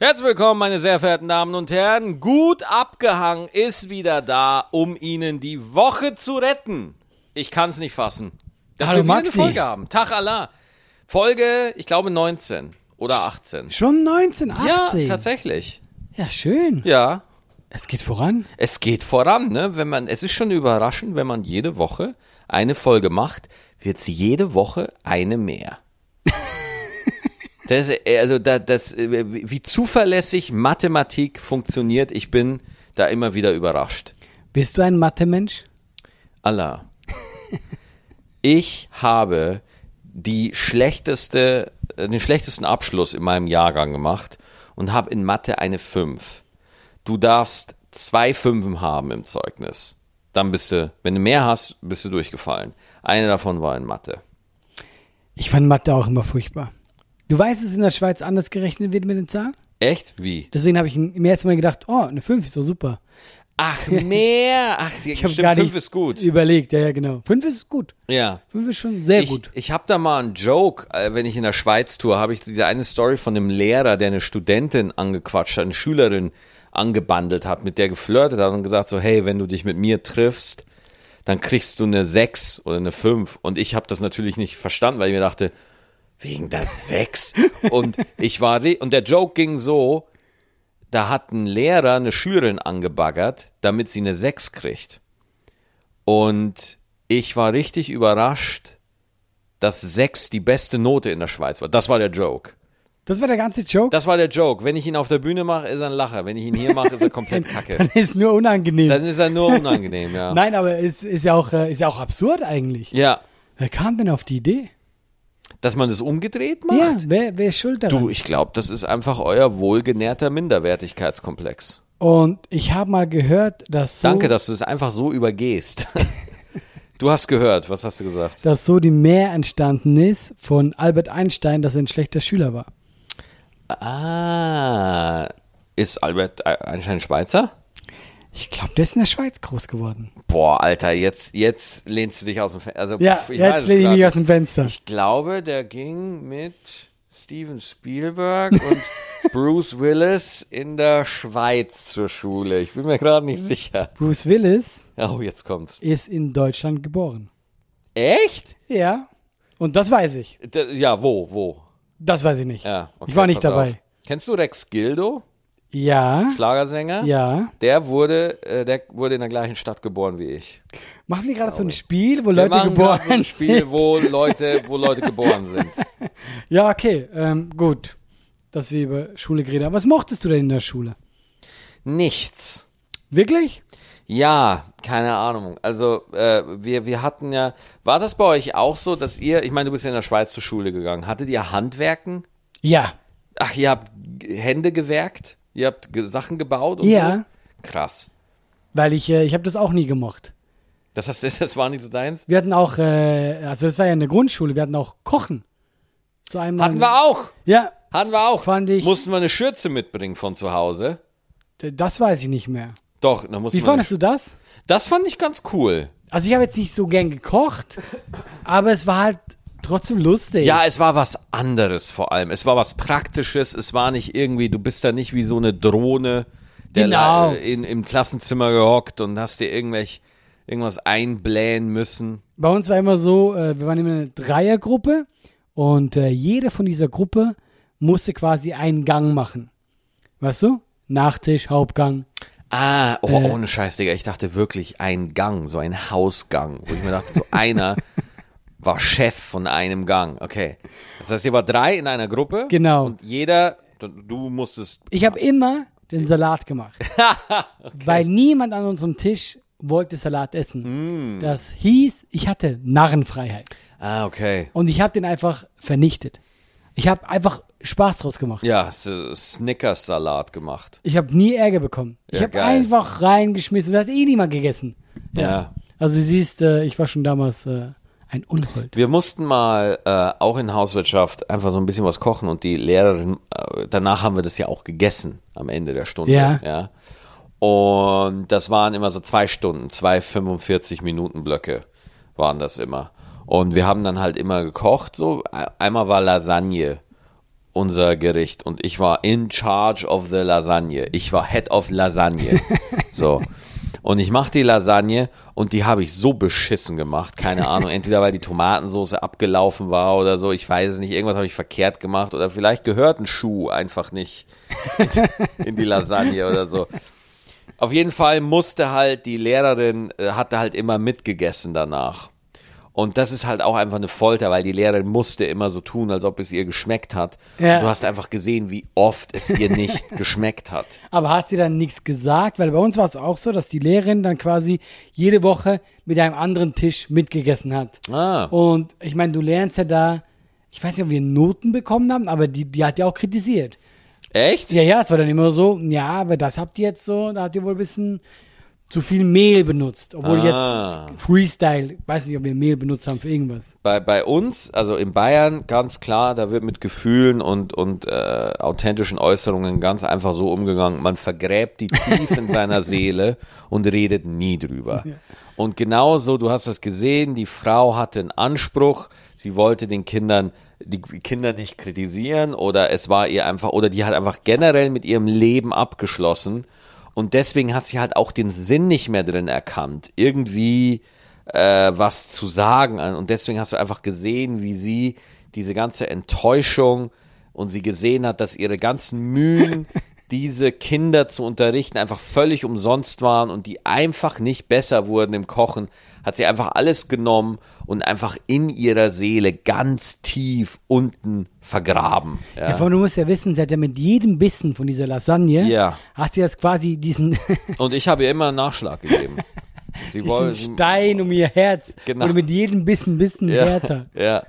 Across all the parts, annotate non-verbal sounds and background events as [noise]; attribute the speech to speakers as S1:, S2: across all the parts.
S1: Herzlich willkommen, meine sehr verehrten Damen und Herren. Gut abgehangen ist wieder da, um Ihnen die Woche zu retten. Ich kann es nicht fassen. Dass
S2: Hallo,
S1: wir wieder
S2: Maxi.
S1: eine Folge haben. Tag Allah. Folge, ich glaube 19 oder 18.
S2: Schon 19, 18.
S1: Ja, tatsächlich.
S2: Ja, schön.
S1: Ja.
S2: Es geht voran.
S1: Es geht voran, ne? Wenn man, es ist schon überraschend, wenn man jede Woche eine Folge macht, wird es jede Woche eine mehr. das, äh, also da, das, äh, wie wie zuverlässig Mathematik funktioniert, ich bin da immer wieder überrascht.
S2: Bist du ein Mathe-Mensch?
S1: Allah. Ich habe die schlechteste, äh, den schlechtesten Abschluss in meinem Jahrgang gemacht und habe in Mathe eine 5. Du darfst zwei Fünfen haben im Zeugnis. Dann bist du, wenn du mehr hast, bist du durchgefallen. Eine davon war in Mathe.
S2: Ich fand Mathe auch immer furchtbar. Du weißt, dass in der Schweiz anders gerechnet wird mit den Zahlen?
S1: Echt? Wie?
S2: Deswegen habe ich im ersten Mal gedacht, oh, eine 5 ist doch super. [laughs]
S1: Ach, mehr! Ach, die
S2: Ich habe
S1: stimmt,
S2: gar nicht
S1: 5 ist gut.
S2: überlegt. Ja, ja, genau. 5 ist gut.
S1: Ja.
S2: 5 ist schon sehr
S1: ich,
S2: gut.
S1: Ich habe da mal einen Joke, äh, wenn ich in der Schweiz tue, habe ich diese eine Story von einem Lehrer, der eine Studentin angequatscht hat, eine Schülerin angebandelt hat, mit der geflirtet hat und gesagt so, hey, wenn du dich mit mir triffst, dann kriegst du eine 6 oder eine 5. Und ich habe das natürlich nicht verstanden, weil ich mir dachte, wegen der 6? und ich war, re- und der Joke ging so, da hat ein Lehrer eine Schülerin angebaggert, damit sie eine 6 kriegt. Und ich war richtig überrascht, dass 6 die beste Note in der Schweiz war. Das war der Joke.
S2: Das war der ganze Joke.
S1: Das war der Joke. Wenn ich ihn auf der Bühne mache, ist er ein Lacher. Wenn ich ihn hier mache, ist er komplett kacke.
S2: [laughs] Dann ist nur unangenehm.
S1: Dann ist er nur unangenehm, ja.
S2: Nein, aber es ist ja auch, äh, ist ja auch absurd eigentlich.
S1: Ja.
S2: Wer kam denn auf die Idee?
S1: Dass man das umgedreht macht?
S2: Ja, wer, wer ist schuld daran?
S1: Du, ich glaube, das ist einfach euer wohlgenährter Minderwertigkeitskomplex.
S2: Und ich habe mal gehört, dass so,
S1: Danke, dass du das einfach so übergehst. [laughs] du hast gehört. Was hast du gesagt?
S2: dass so die Mehr entstanden ist von Albert Einstein, dass er ein schlechter Schüler war.
S1: Ah. Ist Albert Einstein Schweizer?
S2: Ich glaube, der ist in der Schweiz groß geworden.
S1: Boah, Alter, jetzt, jetzt lehnst du dich aus dem Fenster. Also,
S2: Ja,
S1: pf, ich weiß
S2: jetzt
S1: es
S2: lehne ich
S1: grad
S2: mich
S1: nicht.
S2: aus dem Fenster.
S1: Ich glaube, der ging mit Steven Spielberg
S2: [laughs]
S1: und Bruce Willis in der Schweiz zur Schule. Ich bin mir gerade
S2: Mhm.
S1: nicht sicher.
S2: Bruce Willis
S1: Oh, jetzt kommt's.
S2: ist in Deutschland geboren.
S1: Echt?
S2: Ja. Und das weiß ich.
S1: Da- Ja, wo, wo?
S2: Das weiß ich nicht.
S1: Ja, okay,
S2: ich war nicht
S1: pass
S2: dabei.
S1: auf. Kennst du Rex Gildo,
S2: Ja.
S1: Schlagersänger?
S2: Ja.
S1: Der wurde, äh, der wurde in der gleichen Stadt geboren wie ich.
S2: Machen wir gerade so ein Spiel, wo
S1: Wir
S2: Leute
S1: machen grad
S2: geboren
S1: so ein Spiel,
S2: sind?
S1: wo Leute, wo Leute geboren sind.
S2: [laughs] Ja, okay. Ähm, gut. Dass wir über Schule geredet haben. Was mochtest du denn in der Schule?
S1: Nichts.
S2: Wirklich?
S1: Ja, keine Ahnung. Also äh, wir, wir hatten ja, war das bei euch auch so, dass ihr, ich meine, du bist ja in der Schweiz zur Schule gegangen, hattet ihr Handwerken?
S2: Ja.
S1: Ach, ihr habt G- Hände gewerkt? Ihr habt Ge- Sachen gebaut? Und
S2: Ja.
S1: So? Krass.
S2: Weil ich, äh, ich habe das auch nie gemocht.
S1: Das, hast, du- [laughs] das war nicht so deins?
S2: Wir hatten auch, äh, also das war ja eine Grundschule, wir hatten auch Kochen. Zu einem
S1: Hatten wir auch.
S2: Ja,
S1: Hatten wir auch.
S2: Fand ich-
S1: Mussten wir eine Schürze mitbringen von zu Hause?
S2: d- das weiß ich nicht mehr.
S1: Doch, da mussten
S2: Wie
S1: wir
S2: fandest
S1: eine-
S2: du das?
S1: Das fand ich ganz cool.
S2: Also ich habe jetzt nicht so gern gekocht, aber es war halt trotzdem lustig.
S1: Ja, es war was anderes vor allem. Es war was Praktisches. Es war nicht irgendwie, du bist da nicht wie so eine Drohne der
S2: Genau.
S1: la- in, im Klassenzimmer gehockt und hast dir irgendwelch, irgendwas einblähen müssen.
S2: Bei uns war immer so, äh, wir waren immer eine Dreiergruppe und äh, jede von dieser Gruppe musste quasi einen Gang machen. Weißt du? Nachtisch, Hauptgang.
S1: Ah, oh, ohne Scheiß, Digga. Ich dachte wirklich ein Gang, so ein Hausgang. Wo ich mir dachte, so einer war Chef von einem Gang. Okay. Das heißt, ihr war drei in einer Gruppe.
S2: Genau.
S1: Und jeder, du- du musstest.
S2: Ich habe immer den
S1: [laughs]
S2: Salat gemacht. Weil niemand an unserem Tisch wollte Salat essen.
S1: Mm.
S2: Das hieß, ich hatte Narrenfreiheit.
S1: Ah, okay.
S2: Und ich habe den einfach vernichtet. Ich habe einfach Spaß draus gemacht.
S1: Ja, hast du Snickers-Salat gemacht.
S2: Ich habe nie Ärger bekommen. Ich
S1: Ja,
S2: habe
S1: geil.
S2: einfach reingeschmissen. Da hat eh niemand gegessen.
S1: Ja.
S2: Also du siehst, äh, ich war schon damals äh, ein Unhold.
S1: Wir mussten mal äh, auch in Hauswirtschaft einfach so ein bisschen was kochen und die Lehrerin, äh, danach haben wir das ja auch gegessen am Ende der Stunde.
S2: Ja.
S1: ja. Und das waren immer so zwei Stunden, zwei 45-Minuten-Blöcke waren das immer. Und wir haben dann halt immer gekocht, so. Einmal war Lasagne unser Gericht und ich war in charge of the Lasagne. Ich war Head of Lasagne. so. Und ich mache die Lasagne und die habe ich so beschissen gemacht. Keine Ahnung, entweder weil die Tomatensauce abgelaufen war oder so. Ich weiß es nicht. Irgendwas habe ich verkehrt gemacht oder vielleicht gehört ein Schuh einfach nicht in, in die Lasagne oder so. Auf jeden Fall musste halt die Lehrerin, äh, hatte halt immer mitgegessen danach. Und das ist halt auch einfach eine Folter, weil die Lehrerin musste immer so tun, als ob es ihr geschmeckt hat.
S2: Ja.
S1: Und Du hast einfach gesehen, wie oft es ihr nicht geschmeckt hat.
S2: Aber hat sie dann nichts gesagt? Weil bei uns war es auch so, dass die Lehrerin dann quasi jede Woche mit einem anderen Tisch mitgegessen hat.
S1: Ah.
S2: Und ich meine, du lernst ja da, ich weiß nicht, ob wir Noten bekommen haben, aber die, die hat ja auch kritisiert.
S1: Echt?
S2: Ja, ja, es war dann immer so, ja, aber das habt ihr jetzt so, da habt ihr wohl ein bisschen zu viel Mehl benutzt. Obwohl
S1: Ah.
S2: jetzt Freestyle, weiß nicht, ob wir Mehl benutzt haben für irgendwas.
S1: Bei, bei uns, also in Bayern, ganz klar, da wird mit Gefühlen und, und äh, authentischen Äußerungen ganz einfach so umgegangen. Man vergräbt die tief in seiner Seele und redet nie drüber. Und genauso, du hast das gesehen, die Frau hatte einen Anspruch, sie wollte den Kindern, die Kinder nicht kritisieren oder es war ihr einfach, oder die hat einfach generell mit ihrem Leben abgeschlossen. Und deswegen hat sie halt auch den Sinn nicht mehr drin erkannt. Irgendwie äh, was zu sagen. an. Und deswegen hast du einfach gesehen, wie sie diese ganze Enttäuschung und sie gesehen hat, dass ihre ganzen
S2: [laughs]
S1: Mühen, diese Kinder zu unterrichten, einfach völlig umsonst waren und die einfach nicht besser wurden im Kochen, hat sie einfach alles genommen und einfach in ihrer Seele ganz tief unten vergraben.
S2: Ja. vor allem, du musst ja wissen, sie hat ja mit jedem Bissen von dieser Lasagne,
S1: Ja.
S2: hat sie jetzt quasi diesen, [laughs]
S1: Und ich habe ihr immer einen Nachschlag gegeben. Sie
S2: diesen
S1: wollen- sie-
S2: Stein um ihr Herz.
S1: Genau.
S2: Und mit jedem Bissen, Bissen
S1: ja,
S2: härter.
S1: ja.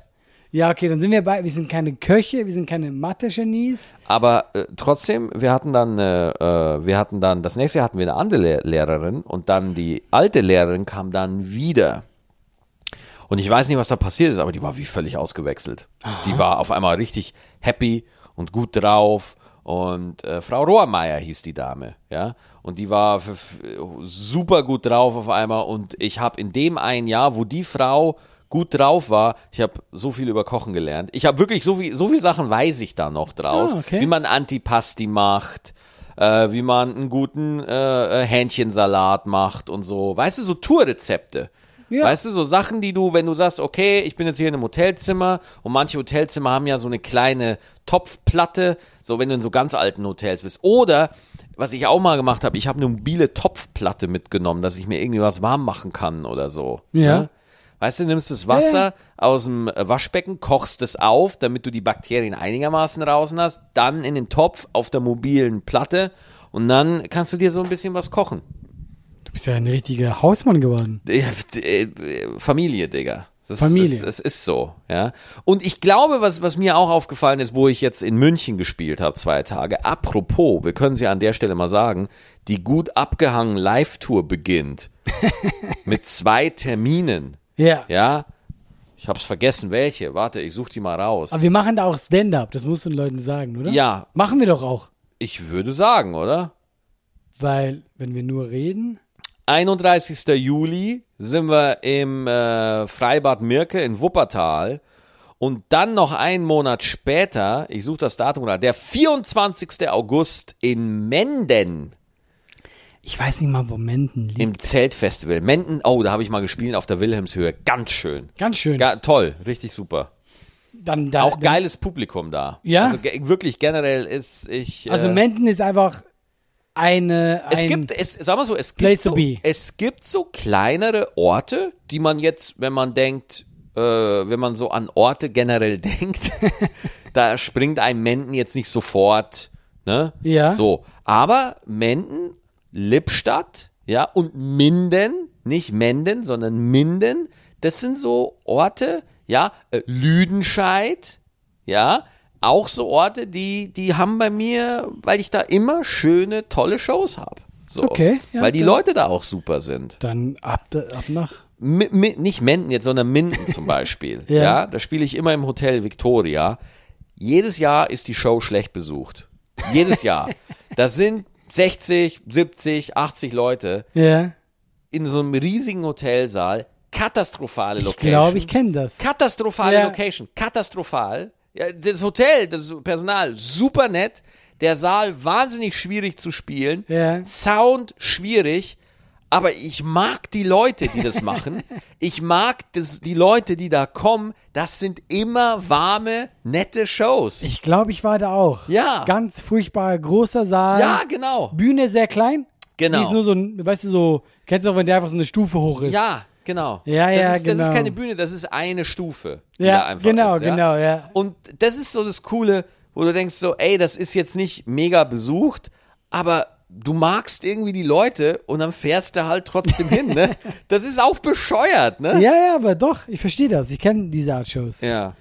S2: Ja, okay, dann sind wir bei, wir sind keine Köche, wir sind keine Mathe-Genies.
S1: Aber äh, trotzdem, wir hatten dann, äh, äh, wir hatten dann, das nächste Jahr hatten wir eine andere Lehr Lehrerin und dann die alte Lehrerin kam dann wieder. Und ich weiß nicht, was da passiert ist, aber die war wie völlig ausgewechselt. Die war auf einmal richtig happy und gut drauf. Und äh, Frau Rohrmeier hieß die Dame, ja. Und die war f- f- super gut drauf auf einmal. Und ich habe in dem einen Jahr, wo die Frau gut drauf war, ich habe so viel über Kochen gelernt. Ich habe wirklich so viel, so viel Sachen weiß ich da noch draus,
S2: Ah, okay.
S1: wie man Antipasti macht, äh, wie man einen guten äh, äh, Hähnchensalat macht und so. Weißt du, so Tourrezepte.
S2: Ja.
S1: Weißt du, so Sachen, die du, wenn du sagst, okay, ich bin jetzt hier in einem Hotelzimmer und manche Hotelzimmer haben ja so eine kleine Topfplatte, so wenn du in so ganz alten Hotels bist. Oder, was ich auch mal gemacht habe, ich habe eine mobile Topfplatte mitgenommen, dass ich mir irgendwie was warm machen kann oder so. Ne?
S2: Ja.
S1: Weißt du, nimmst das Wasser aus dem äh, Waschbecken, kochst es auf, damit du die Bakterien einigermaßen raus hast, dann in den Topf auf der mobilen Platte und dann kannst du dir so ein bisschen was kochen. [laughs]
S2: Du bist ja ein richtiger Hausmann geworden.
S1: Äh, äh, Familie, Digga. Das
S2: Familie.
S1: Ist, das ist so, ja. Und ich glaube, was, was mir auch aufgefallen ist, wo ich jetzt in München gespielt habe, zwei Tage. Apropos, wir können sie an der Stelle mal sagen, die gut abgehangen Live-Tour beginnt. mit zwei Terminen.
S2: Ja.
S1: Ja, ich hab's vergessen, welche. Warte, ich suche die mal raus.
S2: Aber Ah, wir machen da auch Stand-up, das musst du den Leuten sagen, oder?
S1: Ja.
S2: Machen wir doch auch.
S1: Ich würde sagen, oder?
S2: Weil, wenn wir nur reden.
S1: 31. Juli sind wir im äh, Freibad Mirke in Wuppertal. Und dann noch einen Monat später, ich suche das Datum gerade, der 24. August in Menden
S2: Ich weiß nicht mal, wo Menden liegt.
S1: im Zeltfestival. Menden, oh, da habe ich mal gespielt auf der Wilhelmshöhe. Ganz schön.
S2: Ganz schön.
S1: Ga toll, richtig super.
S2: dann, da,
S1: Auch
S2: dann,
S1: geiles Publikum da.
S2: Ja?
S1: Also ge wirklich generell ist ich.
S2: Also
S1: äh,
S2: Menden ist einfach eine.
S1: Es
S2: ein,
S1: gibt, es, sagen wir so, es gibt
S2: Place to
S1: so,
S2: be.
S1: es gibt so kleinere Orte, die man jetzt, wenn man denkt, äh, wenn man so an Orte generell [laughs] denkt, da springt einem Menden jetzt nicht sofort, ne?
S2: Ja.
S1: So, aber Menden, Lippstadt, ja, und Minden, nicht Menden, sondern Minden, das sind so Orte, ja, äh, Lüdenscheid, ja, auch so Orte, die, die haben bei mir, weil ich da immer schöne, tolle Shows habe. So,
S2: Okay, ja,
S1: weil die
S2: ja.
S1: Leute da auch super sind.
S2: Dann ab, ab nach.
S1: Mi, mi, nicht Menden jetzt, sondern Minden
S2: [laughs]
S1: zum Beispiel.
S2: Ja.
S1: ja. da spiele ich immer im Hotel Victoria. Jedes Jahr ist die Show schlecht besucht. Jedes Jahr. Das sind 60, 70, 80 Leute
S2: Ja.
S1: in so einem riesigen Hotelsaal. Katastrophale
S2: Ich
S1: Location.
S2: glaube, ich kenne das.
S1: Katastrophale
S2: Ja.
S1: Location. Katastrophal. Ja, das Hotel, das Personal, super nett. Der Saal wahnsinnig schwierig zu spielen.
S2: Ja.
S1: Sound schwierig. Aber ich mag die Leute, die das
S2: [laughs]
S1: machen. ich mag das, die Leute, die da kommen. Das sind immer warme, nette Shows.
S2: Ich glaube, ich war da auch.
S1: Ja.
S2: Ganz furchtbar großer Saal.
S1: ja, genau.
S2: Bühne sehr klein.
S1: Genau.
S2: Die ist nur so, ein- weißt du, so, kennst du auch, wenn der einfach so eine Stufe hoch ist.
S1: Ja, genau.
S2: Ja, ja,
S1: das ist, Das ist
S2: genau.
S1: keine Bühne, das ist eine Stufe. die
S2: Ja,
S1: da einfach
S2: genau,
S1: ist, ja?
S2: genau, ja.
S1: Und das ist so das Coole, wo du denkst so, ey, das ist jetzt nicht mega besucht, aber du magst irgendwie die Leute und dann fährst du halt trotzdem hin, ne? Das ist auch bescheuert, ne?
S2: Ja, ja, aber doch, ich verstehe das. Ich kenne diese Art Shows.
S1: Ja.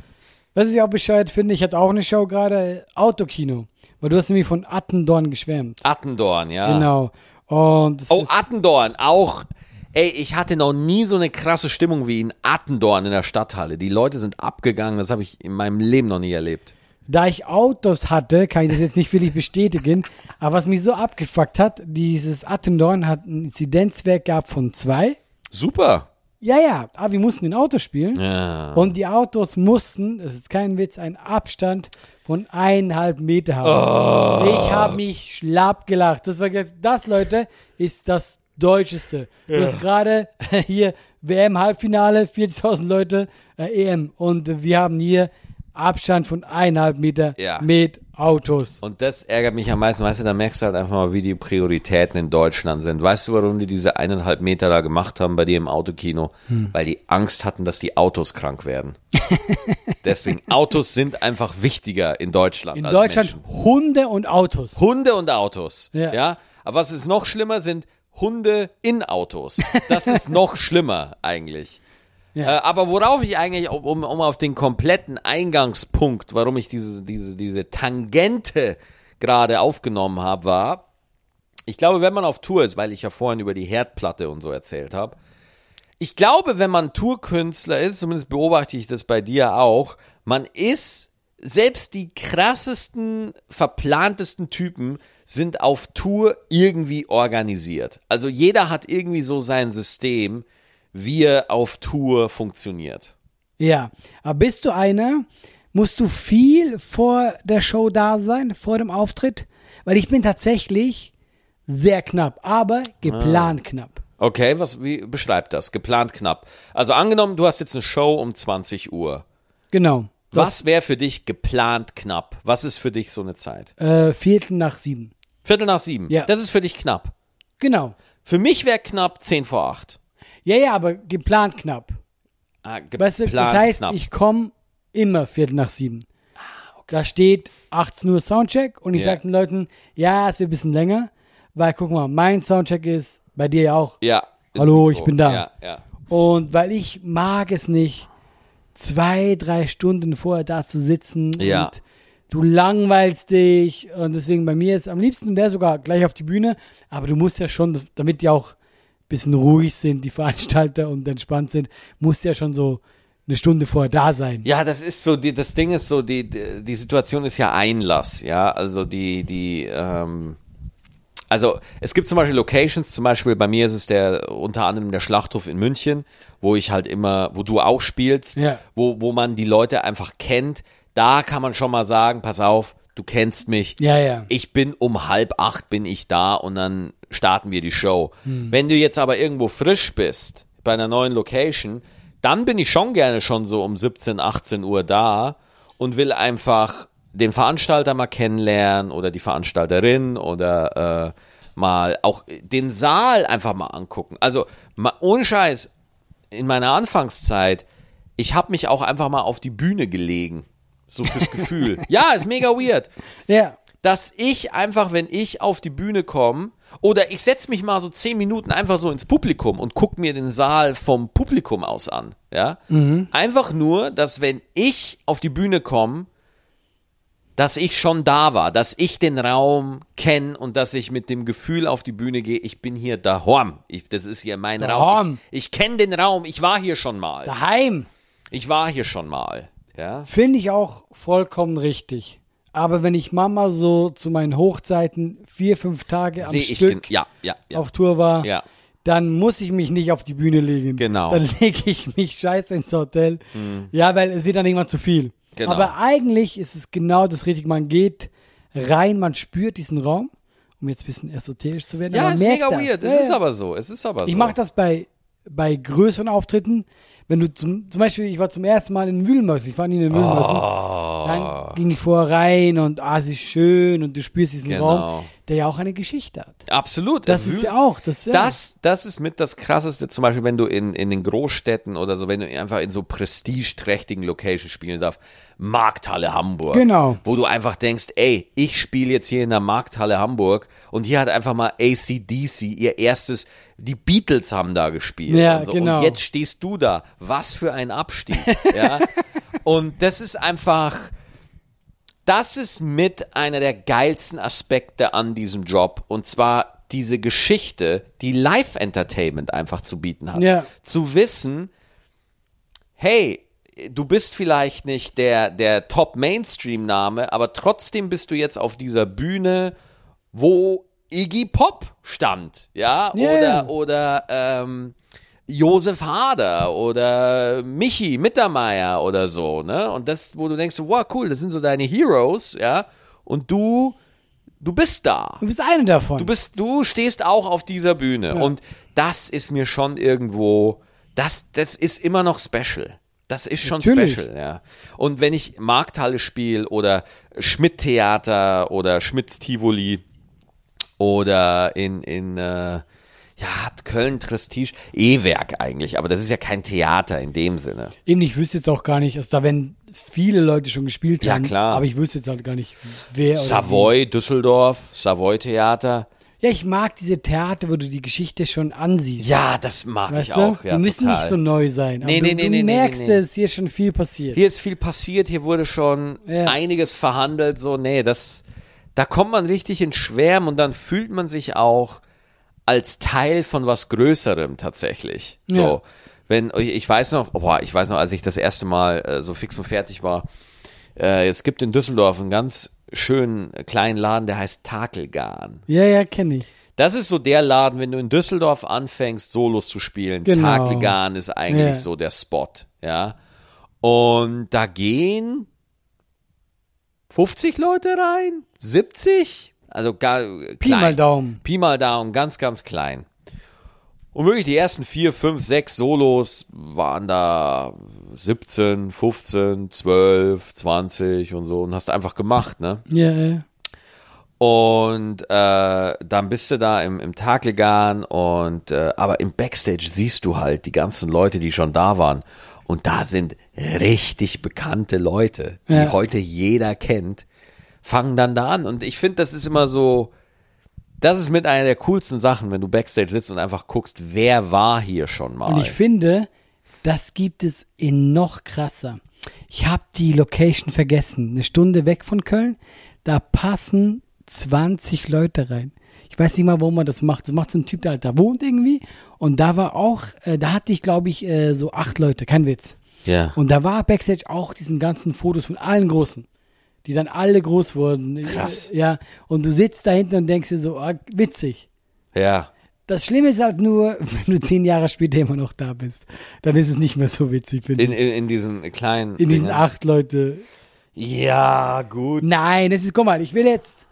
S2: Was ich auch bescheuert finde, ich hatte auch eine Show gerade, äh, Autokino. Weil du hast nämlich von Attendorn geschwärmt.
S1: Attendorn, ja.
S2: Genau. Und es
S1: Ah. Oh,
S2: ist,
S1: Attendorn, auch. Ey, ich hatte noch nie so eine krasse Stimmung wie in Attendorn in der Stadthalle. Die Leute sind abgegangen, das habe ich in meinem Leben noch nie erlebt.
S2: da ich Autos hatte, kann ich das jetzt nicht wirklich bestätigen. aber was mich so abgefuckt hat, dieses Attendorn hat einen Inzidenzwert gehabt von zwei.
S1: Super.
S2: Ja, ja, aber wir mussten in Autos spielen.
S1: Ja.
S2: Und die Autos mussten, das ist kein Witz, einen Abstand von eineinhalb Meter haben.
S1: Oh.
S2: Ich habe mich schlapp gelacht. Das war gesagt, das, Leute, ist das Deutscheste. Du hast gerade äh, hier WM-Halbfinale, 40.000 Leute, äh, EM. Und wir haben hier Abstand von eineinhalb Meter
S1: Ja.
S2: mit Autos.
S1: Und das ärgert mich am meisten, weißt du, da merkst du halt einfach mal, wie die Prioritäten in Deutschland sind. Weißt du, warum die diese eineinhalb Meter da gemacht haben bei dir im Autokino?
S2: Hm.
S1: Weil die Angst hatten, dass die Autos krank
S2: [laughs]
S1: werden. Deswegen, Autos sind einfach wichtiger in Deutschland.
S2: In
S1: als
S2: Deutschland
S1: Also Menschen.
S2: Hunde und Autos.
S1: Hunde und Autos. Ja.
S2: Ja.
S1: Aber was ist noch schlimmer, sind Hunde in Autos. Das
S2: [laughs]
S1: ist noch schlimmer eigentlich.
S2: Ja.
S1: Äh, aber worauf ich eigentlich, um, um auf den kompletten Eingangspunkt, warum ich diese, diese, diese Tangente gerade aufgenommen habe, war, ich glaube, wenn man auf Tour ist, weil ich ja vorhin über die Herdplatte und so erzählt habe, ich glaube, wenn man Tourkünstler ist, zumindest beobachte ich das bei dir auch, man ist, selbst die krassesten, verplantesten Typen sind auf Tour irgendwie organisiert. Also jeder hat irgendwie so sein System, wie er auf Tour funktioniert.
S2: Ja, aber bist du einer, musst du viel vor der Show da sein, vor dem Auftritt? Weil ich bin tatsächlich sehr knapp, aber geplant
S1: Ah.
S2: knapp.
S1: Okay, was, wie beschreibt das? Geplant knapp. Also angenommen, du hast jetzt eine Show um 20 Uhr.
S2: Genau. Du
S1: Was wäre für dich geplant knapp? Was ist für dich so eine Zeit?
S2: hast, Äh, Viertel nach sieben.
S1: Viertel nach sieben.
S2: Ja.
S1: Das ist für dich knapp.
S2: Genau.
S1: Für mich wäre knapp 10 vor 8.
S2: Ja, ja, aber geplant knapp.
S1: Ah, geplant
S2: Weißt du, das heißt, ich komme immer Viertel nach sieben. Da steht 18 Uhr Soundcheck und ich
S1: Ah, Ja.
S2: sage den Leuten, ja, es wird ein bisschen länger, weil guck mal, mein Soundcheck ist bei dir ja auch.
S1: ja, ins
S2: Hallo,
S1: Mikro.
S2: ich bin da.
S1: Ja, ja.
S2: Und weil ich mag es nicht, zwei, drei Stunden vorher da zu sitzen
S1: Ja.
S2: und du langweilst dich. Und deswegen bei mir ist am liebsten wäre sogar gleich auf die Bühne, aber du musst ja schon, damit die auch ein bisschen ruhig sind, die [laughs] Veranstalter und entspannt sind, musst ja schon so eine Stunde vorher da sein.
S1: ja, das ist so, die, das Ding ist so, die, die die Situation ist ja Einlass, ja, also die, die, ähm, also es gibt zum Beispiel Locations, zum Beispiel bei mir ist es der, unter anderem der Schlachthof in München, wo ich halt immer, wo du auch spielst,
S2: Ja.
S1: wo, wo man die Leute einfach kennt, da kann man schon mal sagen, pass auf, du kennst mich,
S2: Ja, ja.
S1: ich bin um halb acht bin ich da und dann starten wir die Show. Wenn du jetzt aber irgendwo frisch bist, bei einer neuen Location, dann bin ich schon gerne schon so um 17, 18 Uhr da und will einfach den Veranstalter mal kennenlernen oder die Veranstalterin oder äh, mal auch den Saal einfach mal angucken. Also ma, ohne Scheiß, in meiner Anfangszeit, ich habe mich auch einfach mal auf die Bühne gelegen. So fürs Gefühl. ja, ist mega weird
S2: Ja.
S1: dass ich einfach, wenn ich auf die Bühne komme, oder ich setze mich mal so zehn Minuten einfach so ins Publikum und gucke mir den Saal vom Publikum aus an. Ja?
S2: Mhm.
S1: Einfach nur, dass wenn ich auf die Bühne komme, dass ich schon da war, dass ich den Raum kenne und dass ich mit dem Gefühl auf die Bühne gehe, ich bin hier daheim. Ich, das ist hier mein Raum.
S2: Daheim.
S1: Ich, ich kenne den Raum, ich war hier schon mal.
S2: Daheim
S1: Ich war hier schon mal. Ja?
S2: finde ich auch vollkommen richtig. Aber wenn ich Mama so zu meinen Hochzeiten vier, fünf Tage am
S1: Sehe ich den.
S2: Stück
S1: Ja, ja, ja.
S2: auf Tour war,
S1: Ja.
S2: dann muss ich mich nicht auf die Bühne legen.
S1: Genau. Mhm.
S2: Dann lege ich mich scheiße ins Hotel. Ja, weil es wird dann irgendwann zu viel.
S1: Genau.
S2: Aber eigentlich ist es genau das Richtige. Man geht rein, man spürt diesen Raum, um jetzt ein bisschen esoterisch zu werden.
S1: ja,
S2: aber
S1: ist
S2: merkt
S1: mega
S2: das.
S1: weird.
S2: Ja,
S1: Es ist
S2: ja.
S1: aber so. Es ist aber so.
S2: Ich mache das bei, bei größeren Auftritten. Wenn du zum, zum Beispiel, ich war zum ersten Mal in Wühlmössen, ich war nie in den Wühlmössen.
S1: Oh.
S2: Dann ging ich vorher rein und ah, sie ist schön und du spürst diesen
S1: Genau.
S2: Raum, der ja auch eine Geschichte hat.
S1: Absolut.
S2: Das
S1: Wühl-
S2: ist ja auch, das, ja.
S1: Das, das ist mit das Krasseste, zum Beispiel, wenn du in, in den Großstädten oder so, wenn du einfach in so prestigeträchtigen Locations spielen darfst. Markthalle Hamburg.
S2: Genau.
S1: Wo du einfach denkst, ey, ich spiele jetzt hier in der Markthalle Hamburg und hier hat einfach mal ACDC ihr erstes, die Beatles haben da gespielt.
S2: Ja,
S1: und, so.
S2: genau.
S1: und jetzt stehst du da. Was für ein Abstieg.
S2: [laughs]
S1: ja. Und das ist einfach. Das ist mit einer der geilsten Aspekte an diesem Job. Und zwar diese Geschichte, die Live-Entertainment einfach zu bieten hat.
S2: Ja.
S1: Zu wissen, hey, du bist vielleicht nicht der, der Top-Mainstream-Name, aber trotzdem bist du jetzt auf dieser Bühne, wo Iggy Pop stand. Ja,
S2: Ja,
S1: oder,
S2: ja.
S1: oder ähm, Josef Hader oder Michi Mittermeier oder so, ne? Und das, wo du denkst, so, wow, cool, das sind so deine Heroes, ja? Und du, du bist da.
S2: Du bist einer davon.
S1: Du bist, du stehst auch auf dieser Bühne. Und das ist mir schon irgendwo, das, das ist immer noch special. Das ist schon
S2: Natürlich.
S1: special, ja. Und wenn ich Markthalle spiele oder Schmidt-Theater oder Schmidt-Tivoli, oder in, in äh, ja, hat Köln Prestige, E-Werk eigentlich, aber das ist ja kein Theater in dem Sinne.
S2: Eben, ich wüsste jetzt auch gar nicht, also da werden viele Leute schon gespielt
S1: Ja,
S2: haben.
S1: klar.
S2: Aber ich wüsste jetzt halt gar nicht, wer oder
S1: Savoy, Düsseldorf, Savoy Theater.
S2: wie. Ja, ich mag diese Theater, wo du die Geschichte schon ansiehst.
S1: Ja, das mag
S2: weißt
S1: ich
S2: du?
S1: auch. Ja,
S2: die müssen
S1: total.
S2: nicht so neu sein. Aber
S1: Nee,
S2: du,
S1: nee, nee,
S2: du
S1: nee, nee,
S2: merkst,
S1: nee.
S2: es hier ist schon viel passiert.
S1: Hier ist viel passiert, hier wurde schon
S2: Ja.
S1: einiges verhandelt, so, nee, das, da kommt man richtig in Schwärmen und dann fühlt man sich auch als Teil von was Größerem tatsächlich.
S2: Ja.
S1: So, wenn, ich weiß noch, boah, ich weiß noch, als ich das erste Mal äh, so fix und fertig war, äh, es gibt in Düsseldorf einen ganz schönen äh, kleinen Laden, der heißt Takelgarn.
S2: Ja, ja, kenne ich.
S1: Das ist so der Laden, wenn du in Düsseldorf anfängst, Solos zu spielen.
S2: Genau.
S1: Takelgarn ist eigentlich
S2: Ja.
S1: so der Spot, ja. Und da gehen 50 Leute rein, 70, also gar klein.
S2: Pi mal Daumen.
S1: Pi mal Daumen, ganz, ganz klein. Und wirklich die ersten vier, fünf, sechs Solos waren da 17, 15, 12, 20 und so und hast einfach gemacht, ne?
S2: Ja, ja.
S1: Und äh, dann bist du da im, im Takelgarn und äh, aber im Backstage siehst du halt die ganzen Leute, die schon da waren. Und da sind richtig bekannte Leute, die
S2: Ja.
S1: heute jeder kennt, fangen dann da an. Und ich finde, das ist immer so, das ist mit einer der coolsten Sachen, wenn du Backstage sitzt und einfach guckst, wer war hier schon mal.
S2: Und ich finde, das gibt es in noch krasser. Ich habe die Location vergessen. Eine Stunde weg von Köln, da passen 20 Leute rein. Ich weiß nicht mal, wo man das macht. Das macht so ein Typ, der halt da wohnt irgendwie. Und da war auch, äh, da hatte ich, glaube ich, äh, so acht Leute. Kein Witz.
S1: ja.
S2: Und da war Backstage auch diesen ganzen Fotos von allen Großen, die dann alle groß wurden.
S1: Krass.
S2: Ja, und du sitzt da hinten und denkst dir so, ah, witzig.
S1: ja.
S2: Das Schlimme ist halt nur, [laughs] wenn du zehn Jahre später immer noch da bist, dann ist es nicht mehr so witzig, finde ich.
S1: In, in, in diesen kleinen.
S2: In diesen
S1: Dingern.
S2: acht Leute.
S1: Ja, gut.
S2: Nein, es ist, guck mal, ich will jetzt,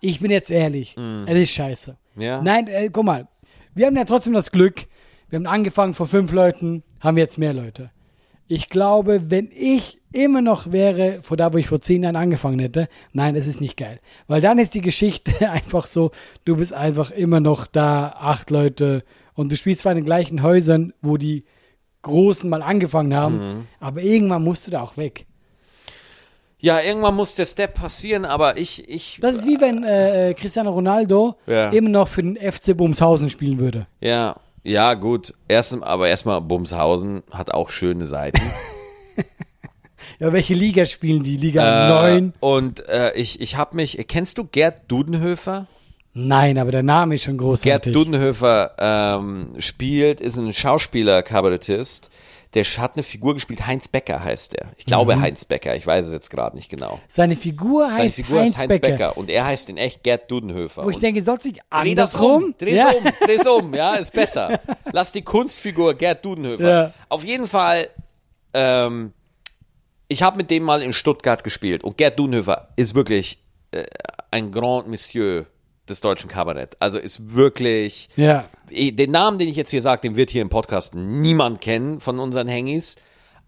S2: ich bin jetzt ehrlich, es ist scheiße.
S1: Ja.
S2: Nein, äh, guck mal, wir haben ja trotzdem das Glück, wir haben angefangen vor fünf Leuten, haben jetzt mehr Leute. Ich glaube, wenn ich immer noch wäre, vor da, wo ich vor zehn Jahren angefangen hätte, nein, es ist nicht geil. Weil dann ist die Geschichte [laughs] einfach so, du bist einfach immer noch da, acht Leute, und du spielst zwar in den gleichen Häusern, wo die Großen mal angefangen haben,
S1: Mhm.
S2: aber irgendwann musst du da auch weg.
S1: Ja, irgendwann muss der Step passieren, aber ich, ich
S2: Das ist wie wenn äh, äh, Cristiano Ronaldo
S1: Ja.
S2: immer noch für den FC Bumshausen spielen würde.
S1: Ja, ja, gut. Erstens, aber erstmal, Bumshausen hat auch schöne Seiten.
S2: Ja, welche Liga spielen die? Liga
S1: Äh,
S2: 9?
S1: Und äh, ich, ich habe mich, kennst du Gerd Dudenhöfer?
S2: Nein, aber der Name ist schon
S1: Gerd
S2: großartig.
S1: Dudenhöfer ähm, spielt, ist ein Schauspieler, Kabarettist. Der hat eine Figur gespielt, Heinz Becker heißt er. Ich glaube Heinz Becker, ich weiß es jetzt gerade nicht genau.
S2: Seine Figur heißt
S1: Seine Figur
S2: Heinz,
S1: heißt Heinz Becker.
S2: Becker.
S1: und er heißt in echt Gerd Dudenhöfer.
S2: Wo ich
S1: Und
S2: denke, soll sich
S1: Dreh das
S2: andersrum?
S1: um, dreh's um, dreh's um, ja, ist besser. Lass die Kunstfigur Gerd Dudenhöfer.
S2: Ja.
S1: Auf jeden Fall, ähm, ich habe mit dem mal in Stuttgart gespielt und Gerd Dunhöfer ist wirklich äh, ein Grand Monsieur des deutschen Kabarett. Also ist wirklich,
S2: Ja.
S1: eh, den Namen, den ich jetzt hier sage, den wird hier im Podcast niemand kennen von unseren Hengis.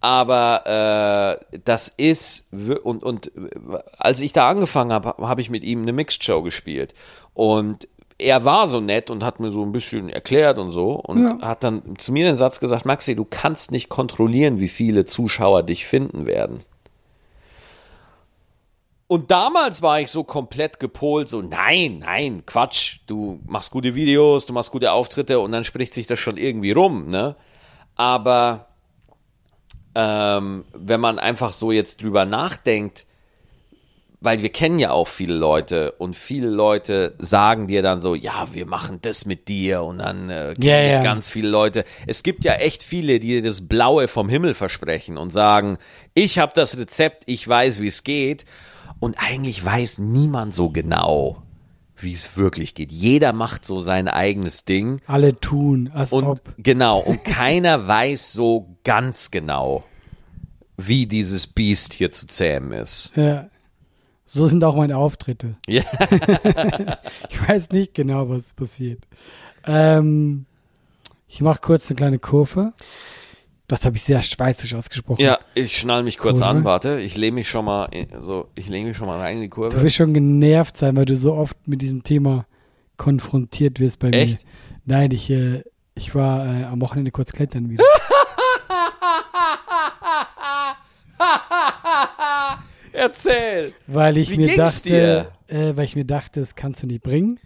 S1: Aber äh, das ist, wir- und, und äh, als ich da angefangen habe, habe ich mit ihm eine Mixed Show gespielt. Und er war so nett und hat mir so ein bisschen erklärt und so und hat dann zu mir den Satz gesagt, Maxi, du kannst nicht kontrollieren, wie viele Zuschauer dich finden werden. Und damals war ich so komplett gepolt, so nein, nein, Quatsch, du machst gute Videos, du machst gute Auftritte und dann spricht sich das schon irgendwie rum, ne? Aber ähm, wenn man einfach so jetzt drüber nachdenkt, weil wir kennen ja auch viele Leute und viele Leute sagen dir dann so, ja, wir machen das mit dir und dann äh, kennen
S2: Ja,
S1: dich
S2: ja.
S1: ganz viele Leute. Es gibt ja echt viele, die dir das Blaue vom Himmel versprechen und sagen, ich habe das Rezept, ich weiß, wie es geht. Und eigentlich weiß niemand so genau, wie es wirklich geht. Jeder macht so sein eigenes Ding.
S2: [laughs] Alle tun, als
S1: Und
S2: ob.
S1: genau,
S2: [laughs]
S1: und keiner weiß so ganz genau, wie dieses Biest hier zu zähmen ist.
S2: Ja. So sind auch meine Auftritte.
S1: [laughs] Ja.
S2: [laughs] ich weiß nicht genau, was passiert. Ähm, ich mache kurz eine kleine Kurve. Das habe ich sehr schweizerisch ausgesprochen.
S1: Ja, ich schnall mich kurz
S2: Kurve.
S1: an, warte, ich lehne mich schon mal in, so, ich lehne mich schon mal rein in die
S2: Du
S1: Kurve.
S2: wirst schon genervt sein, weil du so oft mit diesem Thema konfrontiert wirst bei
S1: Echt?
S2: mir. Nein, ich, äh, ich war äh, am Wochenende kurz klettern wieder.
S1: Erzähl.
S2: Weil ich
S1: Wie
S2: mir
S1: ging's
S2: dachte, äh, weil ich mir dachte, das kannst du nicht bringen.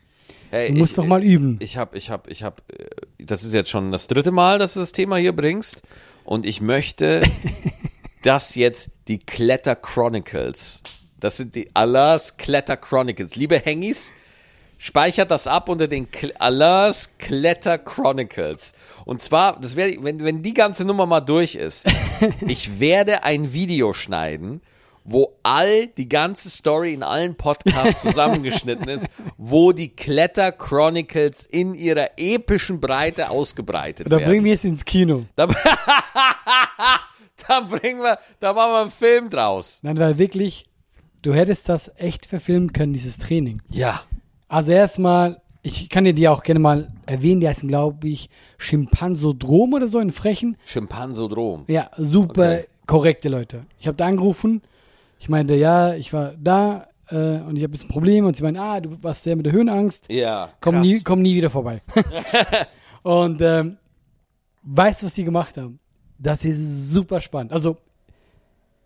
S1: Hey,
S2: Du musst
S1: ich,
S2: doch mal üben.
S1: Ich hab, ich hab, ich hab, äh, das ist jetzt schon das dritte Mal, dass du das Thema hier bringst. Und ich
S2: [laughs]
S1: möchte, dass jetzt die Kletter Chronicles, das sind die Allahs Kletter Chronicles. Liebe Hengis, speichert das ab unter den Kl Allahs Kletter Chronicles. Und zwar, das werde ich, wenn, wenn die ganze Nummer mal durch
S2: [laughs]
S1: ist, ich werde ein Video schneiden, wo all die ganze Story in allen Podcasts zusammengeschnitten
S2: [laughs]
S1: ist, wo die Kletter Chronicles in ihrer epischen Breite ausgebreitet
S2: Oder
S1: werden.
S2: bring mich jetzt ins Kino.
S1: Da, [laughs] da bringen wir, da machen wir einen Film draus.
S2: Nein, weil wirklich, du hättest das echt verfilmen können, dieses Training.
S1: Ja.
S2: Also erstmal, ich kann dir die auch gerne mal erwähnen, die heißen, glaube ich, Schimpansodrom oder so in Frechen.
S1: Schimpansodrom.
S2: Ja, super
S1: Okay.
S2: korrekte Leute. Ich habe da angerufen. Ich meinte, ja, ich war da äh, und ich habe ein Problem. Und sie meinen, ah, du warst der mit der Höhenangst.
S1: Ja.
S2: Komm
S1: krass.
S2: nie, komm nie
S1: [laughs]
S2: wieder vorbei. und ähm, weißt du, was die gemacht haben? Das ist super spannend. Also,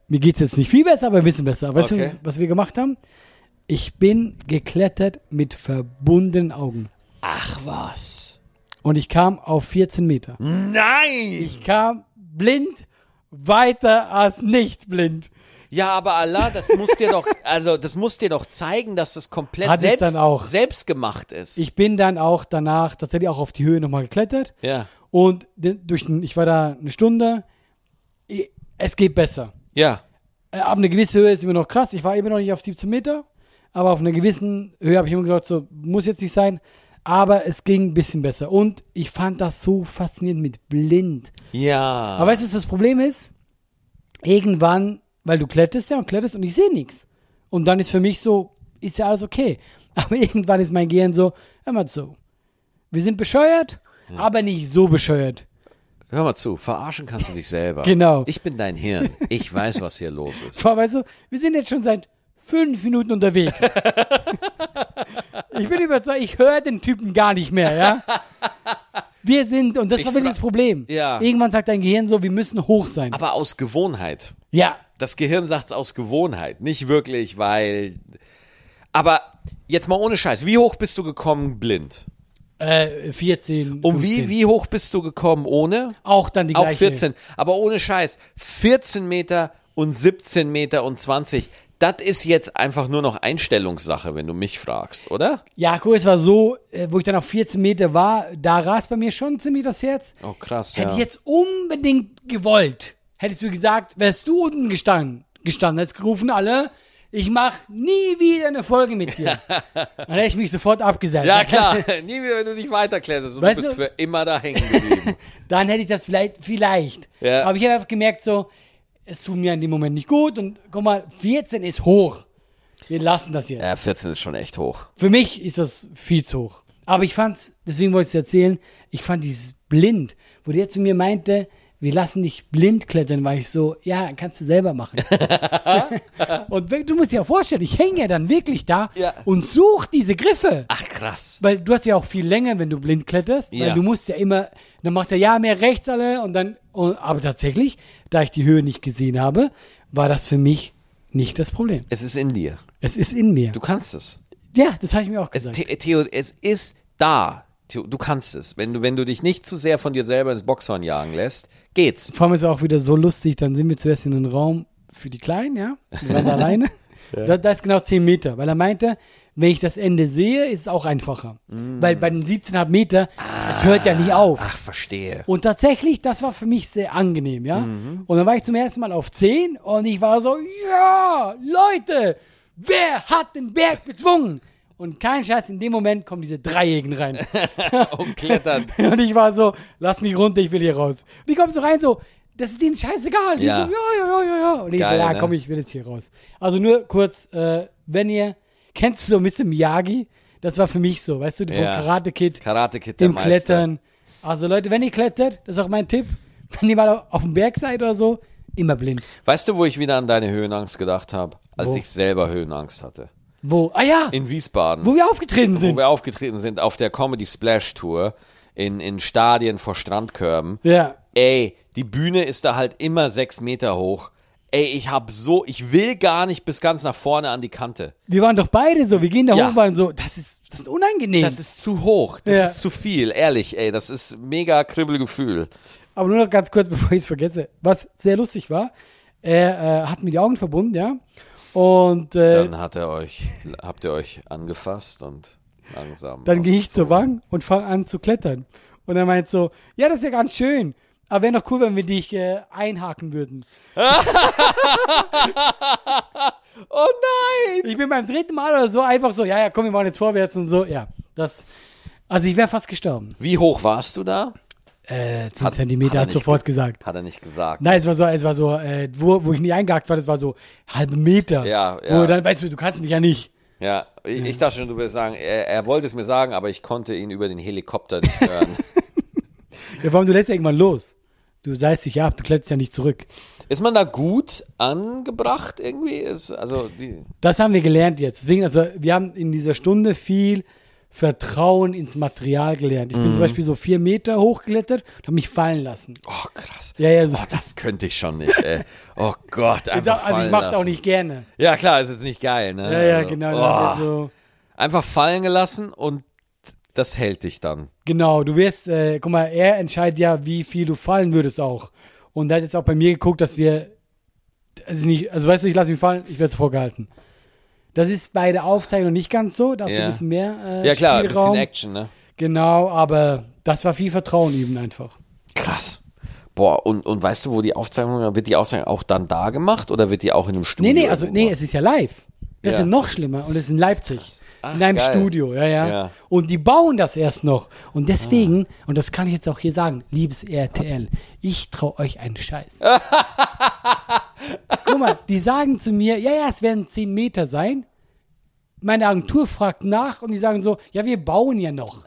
S2: mir geht es jetzt nicht viel besser, aber ein bisschen besser. Weißt
S1: Okay.
S2: du, was wir gemacht haben? Ich bin geklettert mit verbundenen Augen.
S1: Ach was.
S2: Und ich kam auf 14 Meter.
S1: Nein!
S2: Ich kam blind weiter als nicht blind.
S1: Ja, aber Allah, das muss dir
S2: [laughs]
S1: doch, also das muss dir doch zeigen, dass das komplett
S2: Hat es
S1: selbst,
S2: dann auch.
S1: selbst gemacht ist.
S2: Ich bin dann auch danach tatsächlich auch auf die Höhe nochmal geklettert.
S1: ja.
S2: Und de- durch, den- ich war da eine Stunde. I- Es geht besser.
S1: Ja.
S2: Äh, Ab einer gewissen Höhe ist immer noch krass. Ich war immer noch nicht auf 17 Meter. Aber auf einer gewissen Höhe habe ich immer gedacht, so muss jetzt nicht sein. Aber es ging ein bisschen besser. Und ich fand das so faszinierend mit blind.
S1: Ja.
S2: Aber weißt du, was das Problem ist? Irgendwann, weil du kletterst ja und kletterst und ich sehe nichts. Und dann ist für mich so, ist ja alles okay. [laughs] Aber irgendwann ist mein Gehirn so, hör mal so. Wir sind bescheuert, aber nicht so bescheuert. [laughs]
S1: Hör mal zu, verarschen kannst du dich selber.
S2: Genau.
S1: Ich bin dein Hirn. Ich weiß, was hier los ist.
S2: Boah, weißt du, wir sind jetzt schon seit fünf
S1: [laughs]
S2: Minuten unterwegs. ich bin überzeugt, ich höre den Typen gar nicht
S1: [laughs]
S2: mehr, ja? Wir sind, und das
S1: Ich
S2: war wirklich
S1: fra-
S2: das Problem.
S1: Ja.
S2: Irgendwann sagt dein Gehirn so, wir müssen hoch sein.
S1: Aber aus Gewohnheit.
S2: ja,
S1: Das Gehirn sagt es aus Gewohnheit, nicht wirklich, weil. Aber jetzt mal ohne Scheiß, wie hoch bist du gekommen blind?
S2: äh, 14.
S1: Und wie,
S2: 15.
S1: wie hoch bist du gekommen ohne?
S2: Auch dann die
S1: Auch
S2: gleiche.
S1: 14, aber ohne Scheiß. 14 Meter und 17 Meter und 20. Das ist jetzt einfach nur noch Einstellungssache, wenn du mich fragst, oder?
S2: Ja, cool, es war so, äh, wo ich dann auf 14 Meter war, da rast bei mir schon ziemlich das Herz.
S1: Oh, krass.
S2: Hätte
S1: ja.
S2: ich jetzt unbedingt gewollt, hättest du gesagt, wärst du unten gestanden, gestanden hättest gerufen alle, ich mach nie wieder eine Folge
S1: [laughs]
S2: mit dir. dann hätte ich mich sofort abgesetzt.
S1: ja, klar. [laughs] Nie wieder, wenn du dich weiterkletterst und du
S2: Weißt
S1: bist
S2: du-
S1: für immer da hängen geblieben.
S2: Dann hätte ich das vielleicht, vielleicht.
S1: Ja.
S2: Aber ich habe einfach gemerkt so, es tut mir in dem Moment nicht gut und guck mal, 14 ist hoch. Wir lassen das jetzt.
S1: Ja, 14 ist schon echt hoch.
S2: Für mich ist das viel zu hoch. Aber ich fand's, deswegen wollte ich es erzählen, ich fand dieses blind, wo der zu mir meinte, wir lassen dich blind klettern, weil ich so, ja, kannst du
S1: [laughs]
S2: selber machen. und wenn- du musst dir ja vorstellen, ich hänge ja dann wirklich da
S1: Ja.
S2: und such diese Griffe.
S1: Ach, krass.
S2: Weil du hast ja auch viel länger, wenn du blind kletterst,
S1: Ja.
S2: weil du musst ja immer, dann macht er ja mehr rechts alle und dann, und, aber tatsächlich, da ich die Höhe nicht gesehen habe, war das für mich nicht das Problem.
S1: Es ist in dir.
S2: Es ist in mir.
S1: Du kannst es.
S2: ja, das habe ich mir auch
S1: Es,
S2: gesagt.
S1: The- Theo, es ist da. Theo, Du kannst es. Wenn du, wenn du dich nicht zu sehr von dir selber ins Boxhorn jagen lässt, geht's.
S2: Vor allem ist es auch wieder so lustig, dann sind wir zuerst in einem Raum für die Kleinen, ja, wir waren da alleine. Da, da ist genau 10 Meter, weil er meinte, wenn ich das Ende sehe, ist es auch einfacher. Weil bei den 17,5 Meter, es hört ja nie auf.
S1: Ach, verstehe.
S2: Und tatsächlich, das war für mich sehr angenehm, ja. Und dann war ich zum ersten Mal auf 10 und ich war so, ja, Leute, wer hat den Berg bezwungen? Und kein Scheiß, in dem Moment kommen diese Dreiecken rein.
S1: [laughs] Und klettern.
S2: [laughs] Und ich war so, lass mich runter, ich will hier raus. Und die kommen so rein, so, das ist denen scheißegal. Die
S1: Ja.
S2: so, ja, ja, ja, ja, ja. Und ich
S1: Geil,
S2: so, ja,
S1: ne?
S2: komm, ich will jetzt hier raus. Also nur kurz, äh, wenn ihr, kennst du so ein bisschen Miyagi? Das war für mich so, weißt du, vom
S1: Ja.
S2: Karate Kid,
S1: Karate Kid der
S2: dem
S1: Meister.
S2: Klettern. Also Leute, wenn ihr klettert, das ist auch mein Tipp, wenn ihr mal au- auf dem Berg seid oder so, immer blind.
S1: Weißt du, wo ich wieder an deine Höhenangst gedacht habe? Als
S2: Wo?
S1: ich selber Höhenangst hatte.
S2: Wo, ah ja,
S1: In Wiesbaden.
S2: wo wir aufgetreten
S1: wo
S2: sind.
S1: wir aufgetreten sind auf der Comedy Splash Tour in, in Stadien vor Strandkörben.
S2: ja,
S1: Ey, die Bühne ist da halt immer sechs Meter hoch. Ey, ich hab so, ich will gar nicht bis ganz nach vorne an die Kante.
S2: wir waren doch beide so, wir gehen da
S1: Ja.
S2: hoch, waren so, das ist, das ist unangenehm.
S1: Das ist zu hoch, das
S2: Ja.
S1: ist zu viel, ehrlich, ey, das ist mega Kribbelgefühl.
S2: Aber nur noch ganz kurz, [laughs] bevor ich es vergesse. Was sehr lustig war, er äh, hat mir die Augen verbunden, ja. Und äh, dann,
S1: Dann hat er euch, habt ihr euch angefasst und langsam.
S2: gehe ich zur Wang und fange an zu klettern. Und er meint so, ja, das ist ja ganz schön. Aber wäre doch cool, wenn wir dich äh,
S1: [laughs]
S2: einhaken würden.
S1: Oh nein!
S2: Ich bin beim dritten Mal oder so einfach so, ja, ja, komm, wir machen jetzt vorwärts und so. Ja, das. Also ich wäre fast gestorben.
S1: Wie hoch warst du da?
S2: Äh, 10
S1: Hat-
S2: Zentimeter
S1: hat er
S2: hat,
S1: nicht
S2: sofort gesagt.
S1: Hat er nicht gesagt.
S2: Nein, es war so, es war so, äh, wo, wo ich nie eingehakt war, das war so halbe Meter.
S1: Ja,
S2: Wo
S1: ja.
S2: dann, weißt du, du kannst mich ja nicht.
S1: Ja, ich, ich dachte schon, du willst sagen, er, er wollte es mir sagen, aber ich konnte ihn über den Helikopter
S2: [laughs]
S1: nicht hören.
S2: Ja, vor allem, du lässt ja irgendwann los. Du seist dich ja ab, du kletterst ja nicht zurück.
S1: Ist man da gut angebracht irgendwie? Ist, also die,
S2: Das haben wir gelernt jetzt. Deswegen, also wir haben in dieser Stunde viel Vertrauen ins Material gelernt. Ich bin
S1: Mhm.
S2: zum Beispiel so vier Meter hochgeklettert und habe mich fallen lassen.
S1: oh krass.
S2: Ja, ja, so.
S1: Oh, das könnte ich schon nicht. Ey. Oh Gott,
S2: Ist
S1: einfach
S2: auch- also ich
S1: fallen
S2: mache es
S1: lassen.
S2: auch nicht gerne.
S1: Ja klar, ist jetzt nicht geil. Ne?
S2: Ja, ja,
S1: Also,
S2: genau.
S1: oh.
S2: dann so,
S1: Einfach fallen gelassen und das hält dich dann.
S2: genau, du wirst, äh, guck mal, er entscheidet ja, wie viel du fallen würdest auch. Und er hat jetzt auch bei mir geguckt, dass wir, also, nicht, also weißt du, ich lasse mich fallen, ich werde es vorgehalten. Das ist bei der Aufzeichnung nicht ganz so, da hast du
S1: Ja.
S2: ein bisschen mehr äh,
S1: Ja klar, ein bisschen
S2: Spielraum.
S1: Action, ne?
S2: Genau, aber das war viel Vertrauen üben einfach.
S1: Krass. Boah, und, und weißt du, wo die Aufzeichnung, wird die Aufzeichnung auch dann da gemacht oder wird die auch in einem Studio?
S2: Nee, nee, also nee,
S1: irgendwo?
S2: es ist ja live. Das ist
S1: Ja.
S2: ja noch schlimmer und es ist in Leipzig.
S1: Ach,
S2: in einem
S1: geil.
S2: Studio, ja, ja,
S1: Ja. Ah.
S2: Und die bauen das erst noch. Und deswegen, und das kann ich jetzt auch hier sagen, liebes RTL, ich trau euch
S1: [laughs]
S2: einen Scheiß. Guck mal, die sagen zu mir, ja, ja, es werden 10 Meter sein. Meine Agentur fragt nach und die sagen so, ja, wir bauen ja
S1: [laughs]
S2: noch.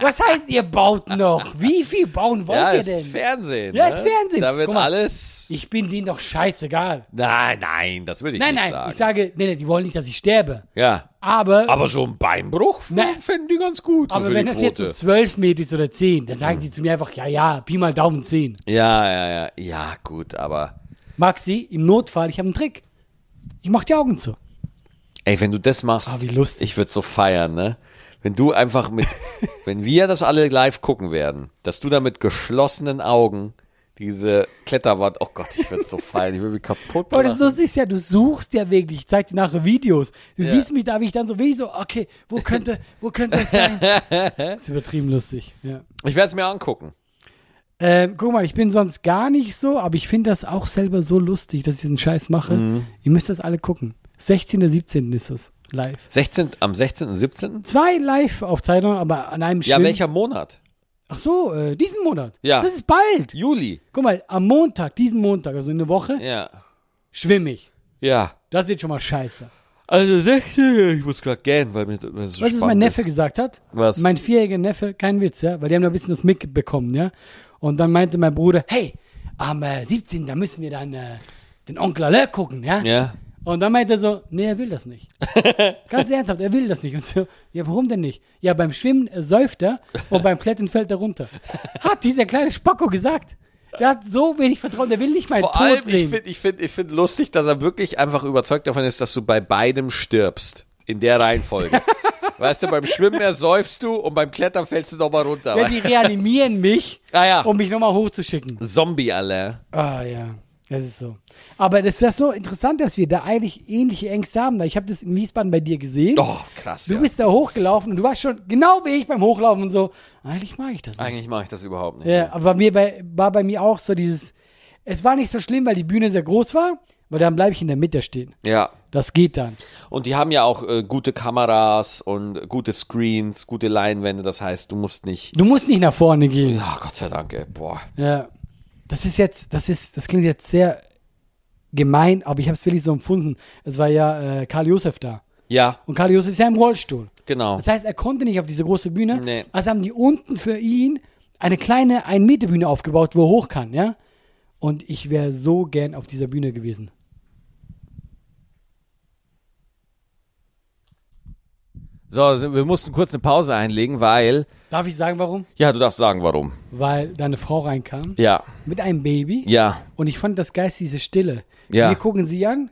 S2: Was heißt, ihr baut noch? Wie viel bauen wollt
S1: ja,
S2: ihr
S1: das
S2: denn?
S1: ist Fernsehen.
S2: Ja,
S1: ne?
S2: ist Fernsehen.
S1: Da wird
S2: Guck mal.
S1: alles.
S2: Ich bin denen doch scheißegal.
S1: Nein, nein, das würde ich
S2: Nein,
S1: nicht
S2: nein,
S1: sagen.
S2: ich sage, nee, nee, die wollen nicht, dass ich sterbe.
S1: ja.
S2: Aber, aber,
S1: Aber so ein Beinbruch
S2: Na,
S1: fänden die ganz gut. so für
S2: wenn
S1: die
S2: das jetzt
S1: Quote. Mhm.
S2: so 12 Meter ist oder 10, dann sagen die zu mir einfach, ja, ja, Pi mal Daumen 10.
S1: Ja, ja, ja. Ja, gut, aber.
S2: Maxi, im Notfall, ich habe einen Trick. Ich mach die Augen zu.
S1: Ey, wenn du das machst,
S2: Ah, wie lustig.
S1: ich würde so feiern, ne? Wenn du einfach
S2: [laughs]
S1: mit, wenn wir das alle live gucken werden, dass du da mit geschlossenen Augen diese Kletterwand, oh Gott, ich
S2: [laughs]
S1: würde so feiern, ich würde mich kaputt
S2: Aber
S1: machen.
S2: das Lustige ist ja, du suchst ja wirklich, ich zeig dir nachher Videos. Du
S1: Ja.
S2: siehst mich da, wie ich dann so, wie ich so, okay, wo könnte, wo könnte
S1: [laughs]
S2: das sein? das ist übertrieben lustig, ja.
S1: Ich werde es mir angucken.
S2: Ähm, guck mal, ich bin sonst gar nicht so, aber ich finde das auch selber so lustig, dass ich diesen Scheiß mache.
S1: Mhm.
S2: Ihr müsst das alle gucken. 16. 17. ist es live.
S1: 16, am 16. 17.
S2: Zwei Live-Aufzeichnungen, aber an einem
S1: Ja,
S2: schönen-
S1: welcher Monat?
S2: Ach so, äh, diesen Monat.
S1: Ja.
S2: Das ist bald.
S1: Juli.
S2: Guck mal, am Montag, diesen Montag, also in der Woche,
S1: Ja.
S2: schwimme ich.
S1: Ja.
S2: Das wird schon mal scheiße.
S1: Also, [laughs] ich muss gerade gähnen, weil mir das so
S2: Weißt du, was mein
S1: spannend
S2: Neffe
S1: ist.
S2: gesagt hat?
S1: Was?
S2: Mein vierjähriger Neffe, kein Witz, ja, weil die haben da ein bisschen das mitbekommen, ja. Und dann meinte mein Bruder, hey, am äh, 17. da müssen wir dann äh, den Onkel Alain gucken, ja? [laughs]
S1: Ja.
S2: Und dann meinte er so, nee, er will
S1: [laughs]
S2: das nicht. Ganz ernsthaft, er will das nicht. Und so, ja, warum denn nicht? Ja, beim Schwimmen äh, säuft er und beim Klettern fällt er
S1: [laughs]
S2: runter. Hat dieser kleine Spacko gesagt. Der hat so wenig Vertrauen, der will nicht meinen
S1: Vor
S2: Tod
S1: allem, ich
S2: sehen.
S1: finde ich find, ich find lustig, dass er wirklich einfach überzeugt davon ist, dass du bei beidem stirbst. In der
S2: [laughs]
S1: Reihenfolge. weißt du, beim Schwimmen ersäufst du und beim Klettern fällst du nochmal runter.
S2: ja, die reanimieren mich,
S1: [laughs] ah ja.
S2: um mich nochmal hochzuschicken.
S1: Zombie Alain.
S2: Ah ja, das ist so. Aber das ist ja so interessant, dass wir da eigentlich ähnliche Ängste haben. weil Ich habe das in Wiesbaden bei dir gesehen.
S1: Doch, Oh, krass.
S2: Du
S1: ja.
S2: bist da hochgelaufen und du warst schon genau wie ich beim Hochlaufen und so. Eigentlich mag ich das nicht.
S1: Eigentlich mache ich das überhaupt nicht.
S2: Ja, aber mir bei, war bei mir auch so dieses. Es war nicht so schlimm, weil die Bühne sehr groß war, weil dann bleibe ich in der Mitte stehen.
S1: ja.
S2: Das geht dann.
S1: Und die haben ja auch äh, gute Kameras und gute Screens, gute Leinwände. Das heißt, du musst nicht.
S2: Du musst nicht nach vorne gehen.
S1: Ja, Gott sei Dank, ey. Boah.
S2: Ja. Das ist jetzt, das ist, das klingt jetzt sehr gemein, aber ich habe es wirklich so empfunden. Es war ja äh, Karl Josef da.
S1: Ja,
S2: Und Karl Josef ist ja im Rollstuhl.
S1: genau.
S2: Das heißt, er konnte nicht auf diese große Bühne.
S1: Nee.
S2: Also haben die unten für ihn eine kleine ein Meter Bühne aufgebaut, wo er hoch kann, ja? Und ich wäre so gern auf dieser Bühne gewesen.
S1: So, sind- wir mussten kurz eine Pause einlegen, weil.
S2: Darf ich sagen, warum?
S1: Ja, du darfst sagen, warum.
S2: Weil deine Frau reinkam
S1: Ja,
S2: mit einem Baby
S1: ja, [laughs]
S2: und ich fand das geil, diese Stille.
S1: Ja.
S2: Wir gucken sie an,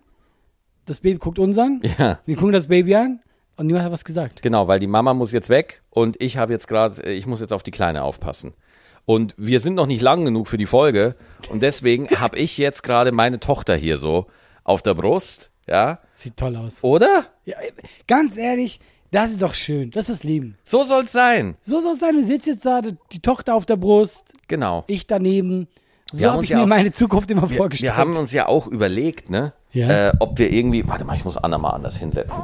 S2: das Baby guckt uns an,
S1: ja.
S2: wir gucken das Baby an und niemand hat was gesagt.
S1: Genau, weil die Mama muss jetzt weg und ich habe jetzt gerade, ich muss jetzt auf die Kleine aufpassen. Und wir sind noch nicht lang genug für die Folge und deswegen habe ich jetzt gerade meine Tochter hier so auf der Brust, ja,
S2: Sieht toll
S1: Oh.
S2: aus.
S1: oder?
S2: Ja, ganz ehrlich, das ist doch schön. Das ist Leben.
S1: So soll's sein.
S2: So soll es sein. Du sitzt jetzt da, die Tochter auf der Brust,
S1: Genau.
S2: ich daneben.
S1: Wir
S2: So
S1: haben
S2: habe
S1: uns
S2: ich
S1: ja
S2: mir
S1: auch-
S2: meine Zukunft immer
S1: Wir,
S2: vorgestellt.
S1: wir haben uns ja auch überlegt, ne?
S2: Ja.
S1: Äh, ob wir irgendwie. Warte mal, ich muss Anna mal anders hinsetzen.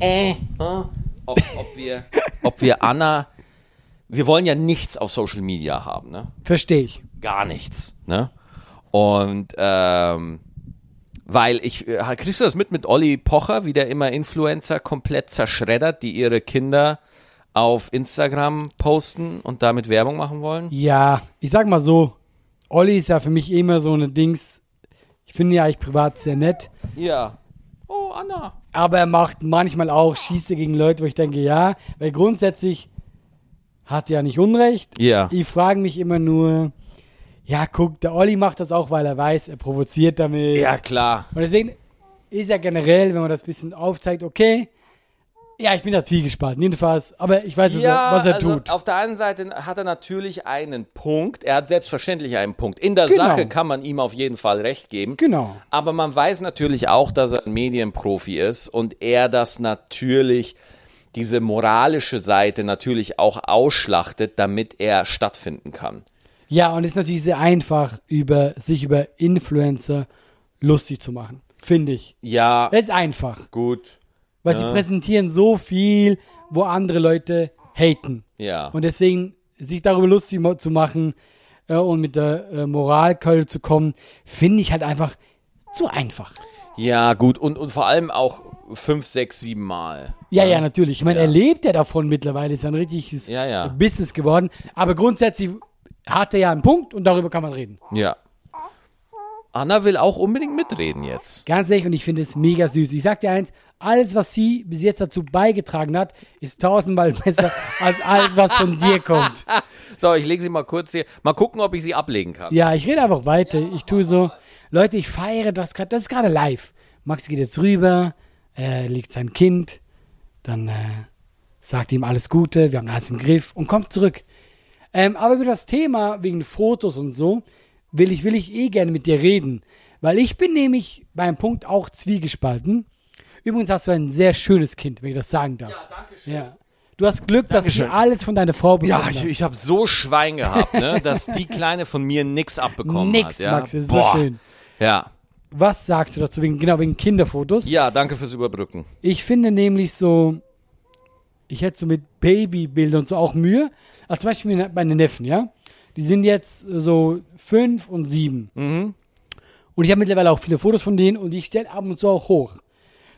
S1: Äh. Ob, ob, wir, ob wir Anna. Wir wollen ja nichts auf Social Media haben, ne?
S2: Verstehe ich.
S1: Gar nichts, ne? Und ähm, weil ich, äh, kriegst du das mit mit Olli Pocher, wie der immer Influencer komplett zerschreddert, die ihre Kinder auf Instagram posten und damit Werbung machen wollen?
S2: Ja, ich sag mal so, Olli ist ja für mich eh immer so eine Dings. Ich finde ja eigentlich privat sehr nett,
S1: Ja. Oh, Anna.
S2: aber er macht manchmal auch Schieße gegen Leute, wo ich denke, ja, weil grundsätzlich hat er ja nicht Unrecht.
S1: Ja.
S2: Ich frage mich immer nur, ja, guck, der Olli macht das auch, weil er weiß, er provoziert damit.
S1: Ja, klar.
S2: Und deswegen ist ja generell, wenn man das ein bisschen aufzeigt, okay, ja, ich bin da zwiegespalten, jedenfalls, aber ich weiß, was er, was er
S1: also
S2: tut.
S1: Auf der einen Seite hat er natürlich einen Punkt. Er hat selbstverständlich einen Punkt. In der
S2: Genau.
S1: Sache kann man ihm auf jeden Fall recht geben.
S2: Genau.
S1: Aber man weiß natürlich auch, dass er ein Medienprofi ist und er das natürlich, diese moralische Seite natürlich auch ausschlachtet, damit er stattfinden kann.
S2: Ja, und es ist natürlich sehr einfach, über, sich über Influencer lustig zu machen, finde ich.
S1: Ja,
S2: Es ist einfach,
S1: gut.
S2: weil sie präsentieren so viel, wo andere Leute haten.
S1: Ja.
S2: Und deswegen sich darüber lustig mo- zu machen äh, und mit der äh, Moralkeule zu kommen, finde ich halt einfach zu einfach.
S1: ja, gut. Und, und vor allem auch fünf, sechs, sieben Mal.
S2: Ja, ja, natürlich. Ich meine,
S1: Ja.
S2: er lebt ja davon mittlerweile, ist ja ein richtiges
S1: Ja, ja.
S2: Business geworden. Aber grundsätzlich hat er ja einen Punkt und darüber kann man reden.
S1: Ja. Anna will auch unbedingt mitreden jetzt.
S2: Ganz ehrlich, und ich finde es mega süß. Ich sag dir eins, alles, was sie bis jetzt dazu beigetragen hat, ist tausendmal [laughs] besser als alles, was von dir kommt.
S1: So, ich lege sie mal kurz hier. Mal gucken, ob ich sie ablegen kann.
S2: Ja, ich rede einfach weiter. Ich tue so, Leute, ich feiere das gerade. Das ist gerade live. Max geht jetzt rüber, äh, legt sein Kind, dann äh, sagt ihm alles Gute, wir haben alles im Griff und kommt zurück. Ähm, aber über das Thema wegen Fotos und so will ich, will ich eh gerne mit dir reden. Weil ich bin nämlich beim Punkt auch zwiegespalten. Übrigens hast du ein sehr schönes Kind, wenn ich das sagen darf. Ja, danke schön. Ja. Du hast Glück, dass sie
S1: Dankeschön.
S2: alles von deiner Frau bekommen
S1: Ja, ich,
S2: hat.
S1: ich habe so Schwein gehabt, ne, [laughs] dass die Kleine von mir nix abbekommen
S2: Nix,
S1: hat. Ja?
S2: Max, ist
S1: Boah.
S2: so schön.
S1: Ja.
S2: Was sagst du dazu wegen, genau wegen Kinderfotos?
S1: ja, danke fürs Überbrücken.
S2: Ich finde nämlich so, ich hätte so mit Babybildern so auch Mühe. Also zum Beispiel meine- meine Neffen, ja. Die sind jetzt so fünf und sieben. Und ich habe mittlerweile auch viele Fotos von denen und ich stelle ab und zu auch hoch.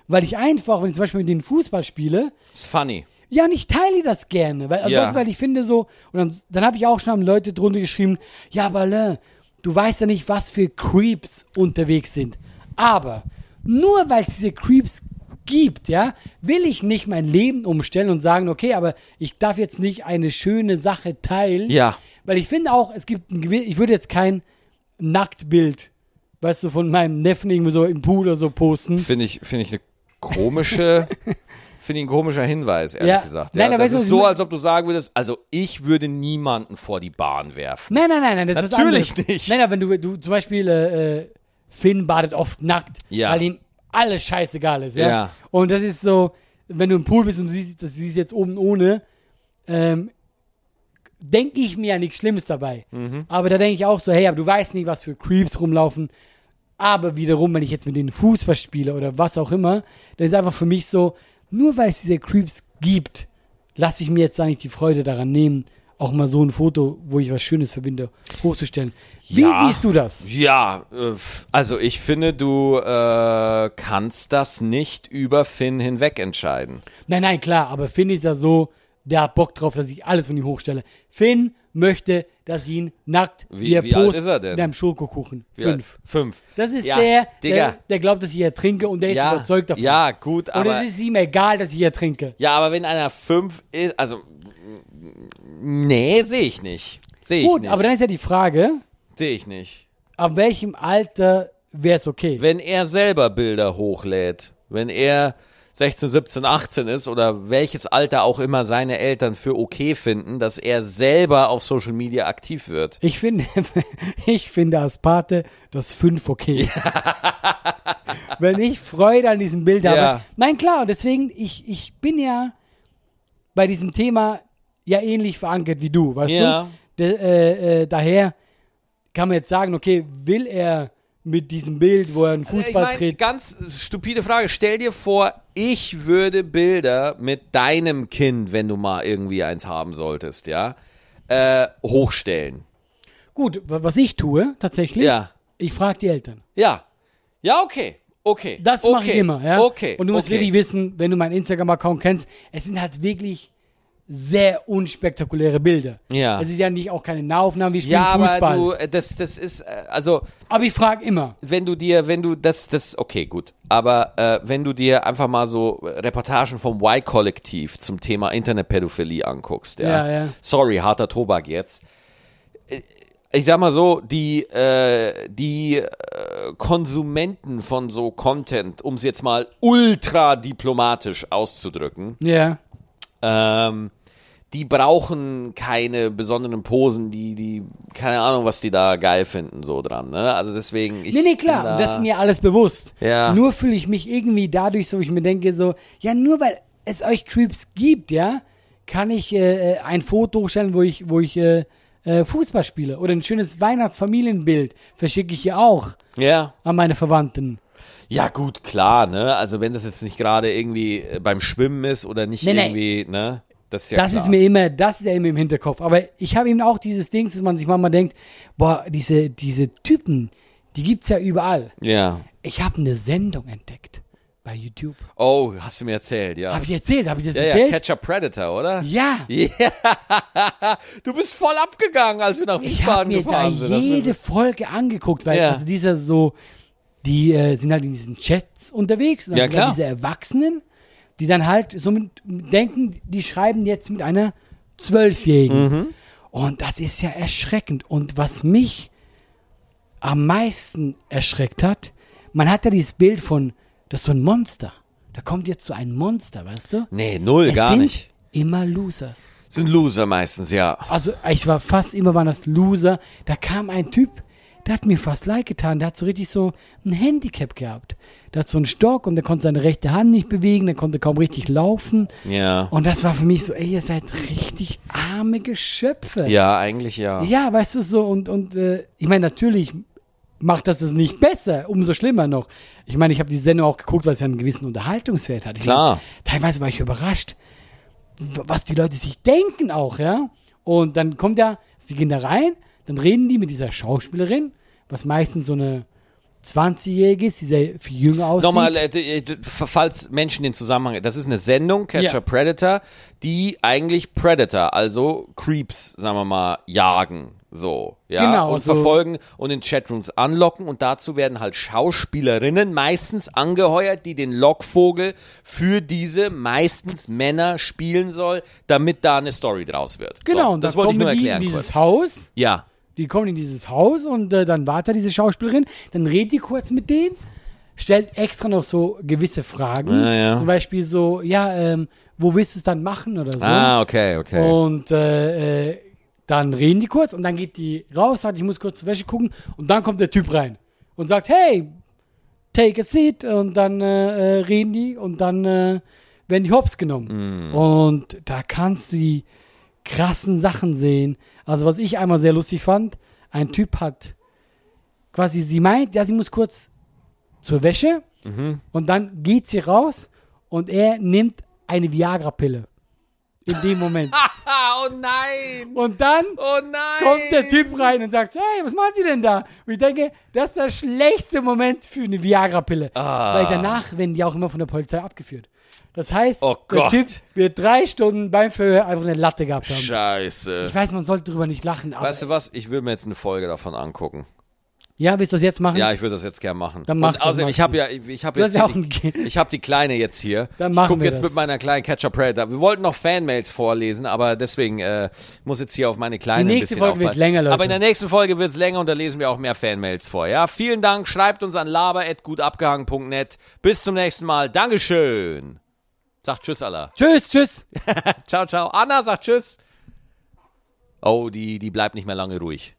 S2: Weil ich einfach, wenn ich zum Beispiel mit denen Fußball spiele,
S1: Ist funny.
S2: ja, und ich teile das gerne. Weil, also,
S1: Ja.
S2: weißt du, weil ich finde so, und dann, dann habe ich auch schon am Leute drunter geschrieben, ja, Balin, du weißt ja nicht, was für Creeps unterwegs sind. Aber nur weil es diese Creeps gibt, ja, will ich nicht mein Leben umstellen und sagen, okay, aber ich darf jetzt nicht eine schöne Sache teilen.
S1: Ja.
S2: Weil ich finde auch, es gibt ein gewi- ich würde jetzt kein Nacktbild, weißt du, von meinem Neffen irgendwie so im Pool oder so posten.
S1: Finde ich, finde ich eine
S2: [laughs]
S1: komische, finde ich ein komischer Hinweis, ehrlich
S2: Ja.
S1: gesagt.
S2: Nein,
S1: ja,
S2: aber
S1: das
S2: weißt du, was
S1: ist
S2: ich
S1: so,
S2: mein-
S1: als ob du sagen würdest, also ich würde niemanden vor die Bahn werfen.
S2: Nein, nein, nein, nein, das ist was
S1: Natürlich
S2: anderes.
S1: nicht.
S2: Nein, aber wenn du, du zum Beispiel, äh, äh, Finn badet oft nackt,
S1: Ja.
S2: weil ihm alles scheißegal ist. Ja?
S1: Ja.
S2: Und das ist so, wenn du im Pool bist und siehst, das siehst jetzt oben ohne, ähm, denke ich mir ja nichts Schlimmes dabei.
S1: Mhm.
S2: Aber da denke ich auch so, hey, aber du weißt nicht, was für Creeps rumlaufen. Aber wiederum, wenn ich jetzt mit denen Fußball spiele oder was auch immer, dann ist einfach für mich so, nur weil es diese Creeps gibt, lasse ich mir jetzt da nicht die Freude daran nehmen, auch mal so ein Foto, wo ich was Schönes verbinde, hochzustellen. Wie
S1: Ja.
S2: siehst du das?
S1: Ja, äh, f- also ich finde, du äh, kannst das nicht über Finn hinweg entscheiden.
S2: Nein, nein, klar, aber Finn ist ja so, der hat Bock drauf, dass ich alles von ihm hochstelle. Finn möchte, dass ihn nackt
S1: Wie-
S2: er
S1: wie alt
S2: post
S1: ist er denn?
S2: in einem Schokokuchen.
S1: Wie alt?
S2: Fünf.
S1: Fünf.
S2: Das ist
S1: Ja,
S2: der,
S1: Digga.
S2: der, der glaubt, dass ich ertrinke und der ist
S1: ja,
S2: überzeugt davon.
S1: Ja, gut,
S2: und
S1: aber.
S2: es ist ihm egal, dass ich ertrinke.
S1: ja, aber wenn einer fünf ist, also. Nee, sehe ich nicht. Sehe ich
S2: Gut,
S1: nicht.
S2: aber dann ist ja die Frage,
S1: Sehe ich nicht.
S2: ab welchem Alter wäre es okay?
S1: Wenn er selber Bilder hochlädt, wenn er 16, 17, 18 ist oder welches Alter auch immer seine Eltern für okay finden, dass er selber auf Social Media aktiv wird.
S2: Ich finde, [laughs] ich finde als Pate das 5 okay. [laughs] Wenn ich Freude an diesem Bild
S1: Ja.
S2: habe. Nein, klar, und deswegen, ich, ich bin ja bei diesem Thema ja ähnlich verankert wie du, weißt
S1: Ja.
S2: du? De, äh, äh, daher kann man jetzt sagen, okay, will er mit diesem Bild, wo er einen Fußball
S1: Also ich mein,
S2: tritt,
S1: ganz stupide Frage. Stell dir vor, ich würde Bilder mit deinem Kind, wenn du mal irgendwie eins haben solltest, ja, äh, hochstellen.
S2: gut, wa- was ich tue tatsächlich,
S1: Ja.
S2: ich frage die Eltern.
S1: Ja. Ja, okay. Okay.
S2: Das
S1: okay.
S2: mache ich immer, ja.
S1: Okay.
S2: Und du musst
S1: okay.
S2: wirklich wissen, wenn du meinen Instagram-Account kennst, es sind halt wirklich sehr unspektakuläre Bilder.
S1: Ja.
S2: Es ist ja nicht auch keine Nahaufnahmen, wir spielen
S1: Ja, aber
S2: Fußball.
S1: du, äh, das, das ist, äh, also,
S2: aber ich frage immer.
S1: wenn du dir, wenn du das, das, okay, gut, aber äh, wenn du dir einfach mal so Reportagen vom Y-Kollektiv zum Thema Internetpädophilie anguckst, ja,
S2: Ja, ja.
S1: sorry, harter Tobak jetzt. Äh, Ich sag mal so, die, äh, die äh, Konsumenten von so Content, um es jetzt mal ultra diplomatisch auszudrücken,
S2: Ja.
S1: ähm, die brauchen keine besonderen Posen, die, die, keine Ahnung, was die da geil finden, so dran, ne? Also deswegen, ich.
S2: Nee, nee,
S1: bin da-
S2: klar, das ist mir alles bewusst.
S1: Ja.
S2: Nur fühle ich mich irgendwie dadurch so, ich mir denke so, ja, nur weil es euch Creeps gibt, ja, kann ich äh, äh, ein Foto hochstellen, wo ich, wo ich äh, äh, Fußball spiele. Oder ein schönes Weihnachtsfamilienbild verschicke ich hier auch
S1: Ja.
S2: an meine Verwandten.
S1: Ja, gut, klar, ne? Also wenn das jetzt nicht gerade irgendwie äh, beim Schwimmen ist oder nicht
S2: Nee, nee.
S1: irgendwie, ne? Das ist ja
S2: das
S1: klar.
S2: ist mir immer, das ist ja immer im Hinterkopf. Aber ich habe eben auch dieses Ding, dass man sich manchmal denkt, boah, diese, diese Typen, die gibt's ja überall.
S1: Ja.
S2: Ich habe eine Sendung entdeckt bei YouTube.
S1: Oh, hast du mir erzählt, ja.
S2: Habe ich erzählt? Habe ich das
S1: ja, ja,
S2: erzählt?
S1: Catcher Predator, oder?
S2: Ja,
S1: [laughs] Du bist voll abgegangen, als wir nach
S2: ich
S1: Wiesbaden
S2: habe mir da
S1: gefahren sind. Das wird-
S2: jede Folge angeguckt, weil
S1: Ja.
S2: also dieser so, die äh, sind halt in diesen Chats unterwegs. Und dann
S1: Ja,
S2: sind da
S1: klar.
S2: Diese Erwachsenen, die dann halt so mit, denken, die schreiben jetzt mit einer Zwölfjährigen.
S1: Mhm.
S2: Und das ist ja erschreckend. Und was mich am meisten erschreckt hat, man hat ja dieses Bild von, das ist so ein Monster. Da kommt jetzt so ein Monster, weißt du?
S1: Nee, null,
S2: es
S1: gar
S2: sind
S1: nicht.
S2: immer Losers.
S1: Sind Loser meistens, ja.
S2: Also ich war fast immer waren das Loser. Da kam ein Typ, der hat mir fast leid getan. Der hat so richtig so ein Handicap gehabt. Der hat so einen Stock und der konnte seine rechte Hand nicht bewegen. Der konnte kaum richtig laufen.
S1: Ja.
S2: Und das war für mich so, ey, ihr seid richtig arme Geschöpfe.
S1: Ja, eigentlich ja.
S2: Ja, weißt du so, und, und äh, ich meine, natürlich macht das es nicht besser, umso schlimmer noch. Ich meine, ich habe die Sendung auch geguckt, weil es ja einen gewissen Unterhaltungswert hat. Ich
S1: Klar.
S2: Meine, teilweise war ich überrascht, was die Leute sich denken auch, ja. Und dann kommt ja, sie gehen da rein, dann reden die mit dieser Schauspielerin, was meistens so eine 20-Jährige ist, die sehr viel jünger aussieht.
S1: Nochmal, äh, d- d- falls Menschen den Zusammenhang, das ist eine Sendung, Catcher
S2: Ja.
S1: Predator, die eigentlich Predator, also Creeps, sagen wir mal, jagen. So, ja.
S2: Genau,
S1: und
S2: also-
S1: verfolgen und in Chatrooms anlocken. Und dazu werden halt Schauspielerinnen meistens angeheuert, die den Lockvogel für diese meistens Männer spielen soll, damit da eine Story draus wird.
S2: genau,
S1: so,
S2: und
S1: das
S2: dann
S1: wollte ich
S2: kommen
S1: nur
S2: die
S1: erklären.
S2: in dieses
S1: kurz.
S2: Haus.
S1: Ja.
S2: Die kommen in dieses Haus und äh, dann wartet diese Schauspielerin, dann redet die kurz mit denen, stellt extra noch so gewisse Fragen.
S1: Ja, Ah, ja.
S2: Zum Beispiel so, ja, ähm, wo willst du es dann machen oder so.
S1: Ah, okay, okay.
S2: Und äh, äh, dann reden die kurz und dann geht die raus, sagt, ich muss kurz zur Wäsche gucken und dann kommt der Typ rein und sagt, hey, take a seat und dann äh, äh, reden die und dann äh, werden die hops genommen. Und da kannst du die krassen Sachen sehen. Also was ich einmal sehr lustig fand, ein Typ hat quasi, sie meint, ja, sie muss kurz zur Wäsche und dann geht sie raus und er nimmt eine Viagra-Pille. In dem Moment.
S1: Ah, oh nein!
S2: Und dann
S1: Oh nein!
S2: kommt der Typ rein und sagt, hey, was machen Sie denn da? Und ich denke, das ist der schlechteste Moment für eine Viagra-Pille.
S1: Ah.
S2: Weil danach werden die auch immer von der Polizei abgeführt. Das heißt,
S1: Oh
S2: der
S1: Gott.
S2: Typ wird drei Stunden beim Verhör einfach eine Latte gehabt haben.
S1: Scheiße.
S2: Ich weiß, man sollte drüber nicht lachen, aber
S1: Weißt du was? Ich will mir jetzt eine Folge davon angucken.
S2: ja, willst du das jetzt machen?
S1: Ja, ich würde das jetzt gern machen.
S2: Hm? Dann mach
S1: Und
S2: das,
S1: außerdem, ich
S2: Maxi.
S1: habe ja, ich, ich habe
S2: Du
S1: jetzt
S2: hast ja auch
S1: die,
S2: ein
S1: [laughs]
S2: Kind.
S1: ich habe die kleine jetzt hier.
S2: Dann
S1: ich
S2: machen
S1: guck
S2: wir
S1: jetzt
S2: das.
S1: mit meiner kleinen Catcher Predator. Wir wollten noch Fanmails vorlesen, aber deswegen äh, muss jetzt hier auf meine kleine
S2: Die
S1: ein
S2: nächste
S1: bisschen
S2: Folge wird
S1: aufpassen.
S2: länger, Leute.
S1: Aber in der nächsten Folge wird's länger und da lesen wir auch mehr Fanmails vor. Ja, vielen Dank. Schreibt uns an laber@gutabgehangen.net. Bis zum nächsten Mal. Dankeschön. Sagt Tschüss, Allah.
S2: Tschüss, tschüss.
S1: Ciao, ciao. Anna sagt Tschüss. Oh, die, die bleibt nicht mehr lange ruhig.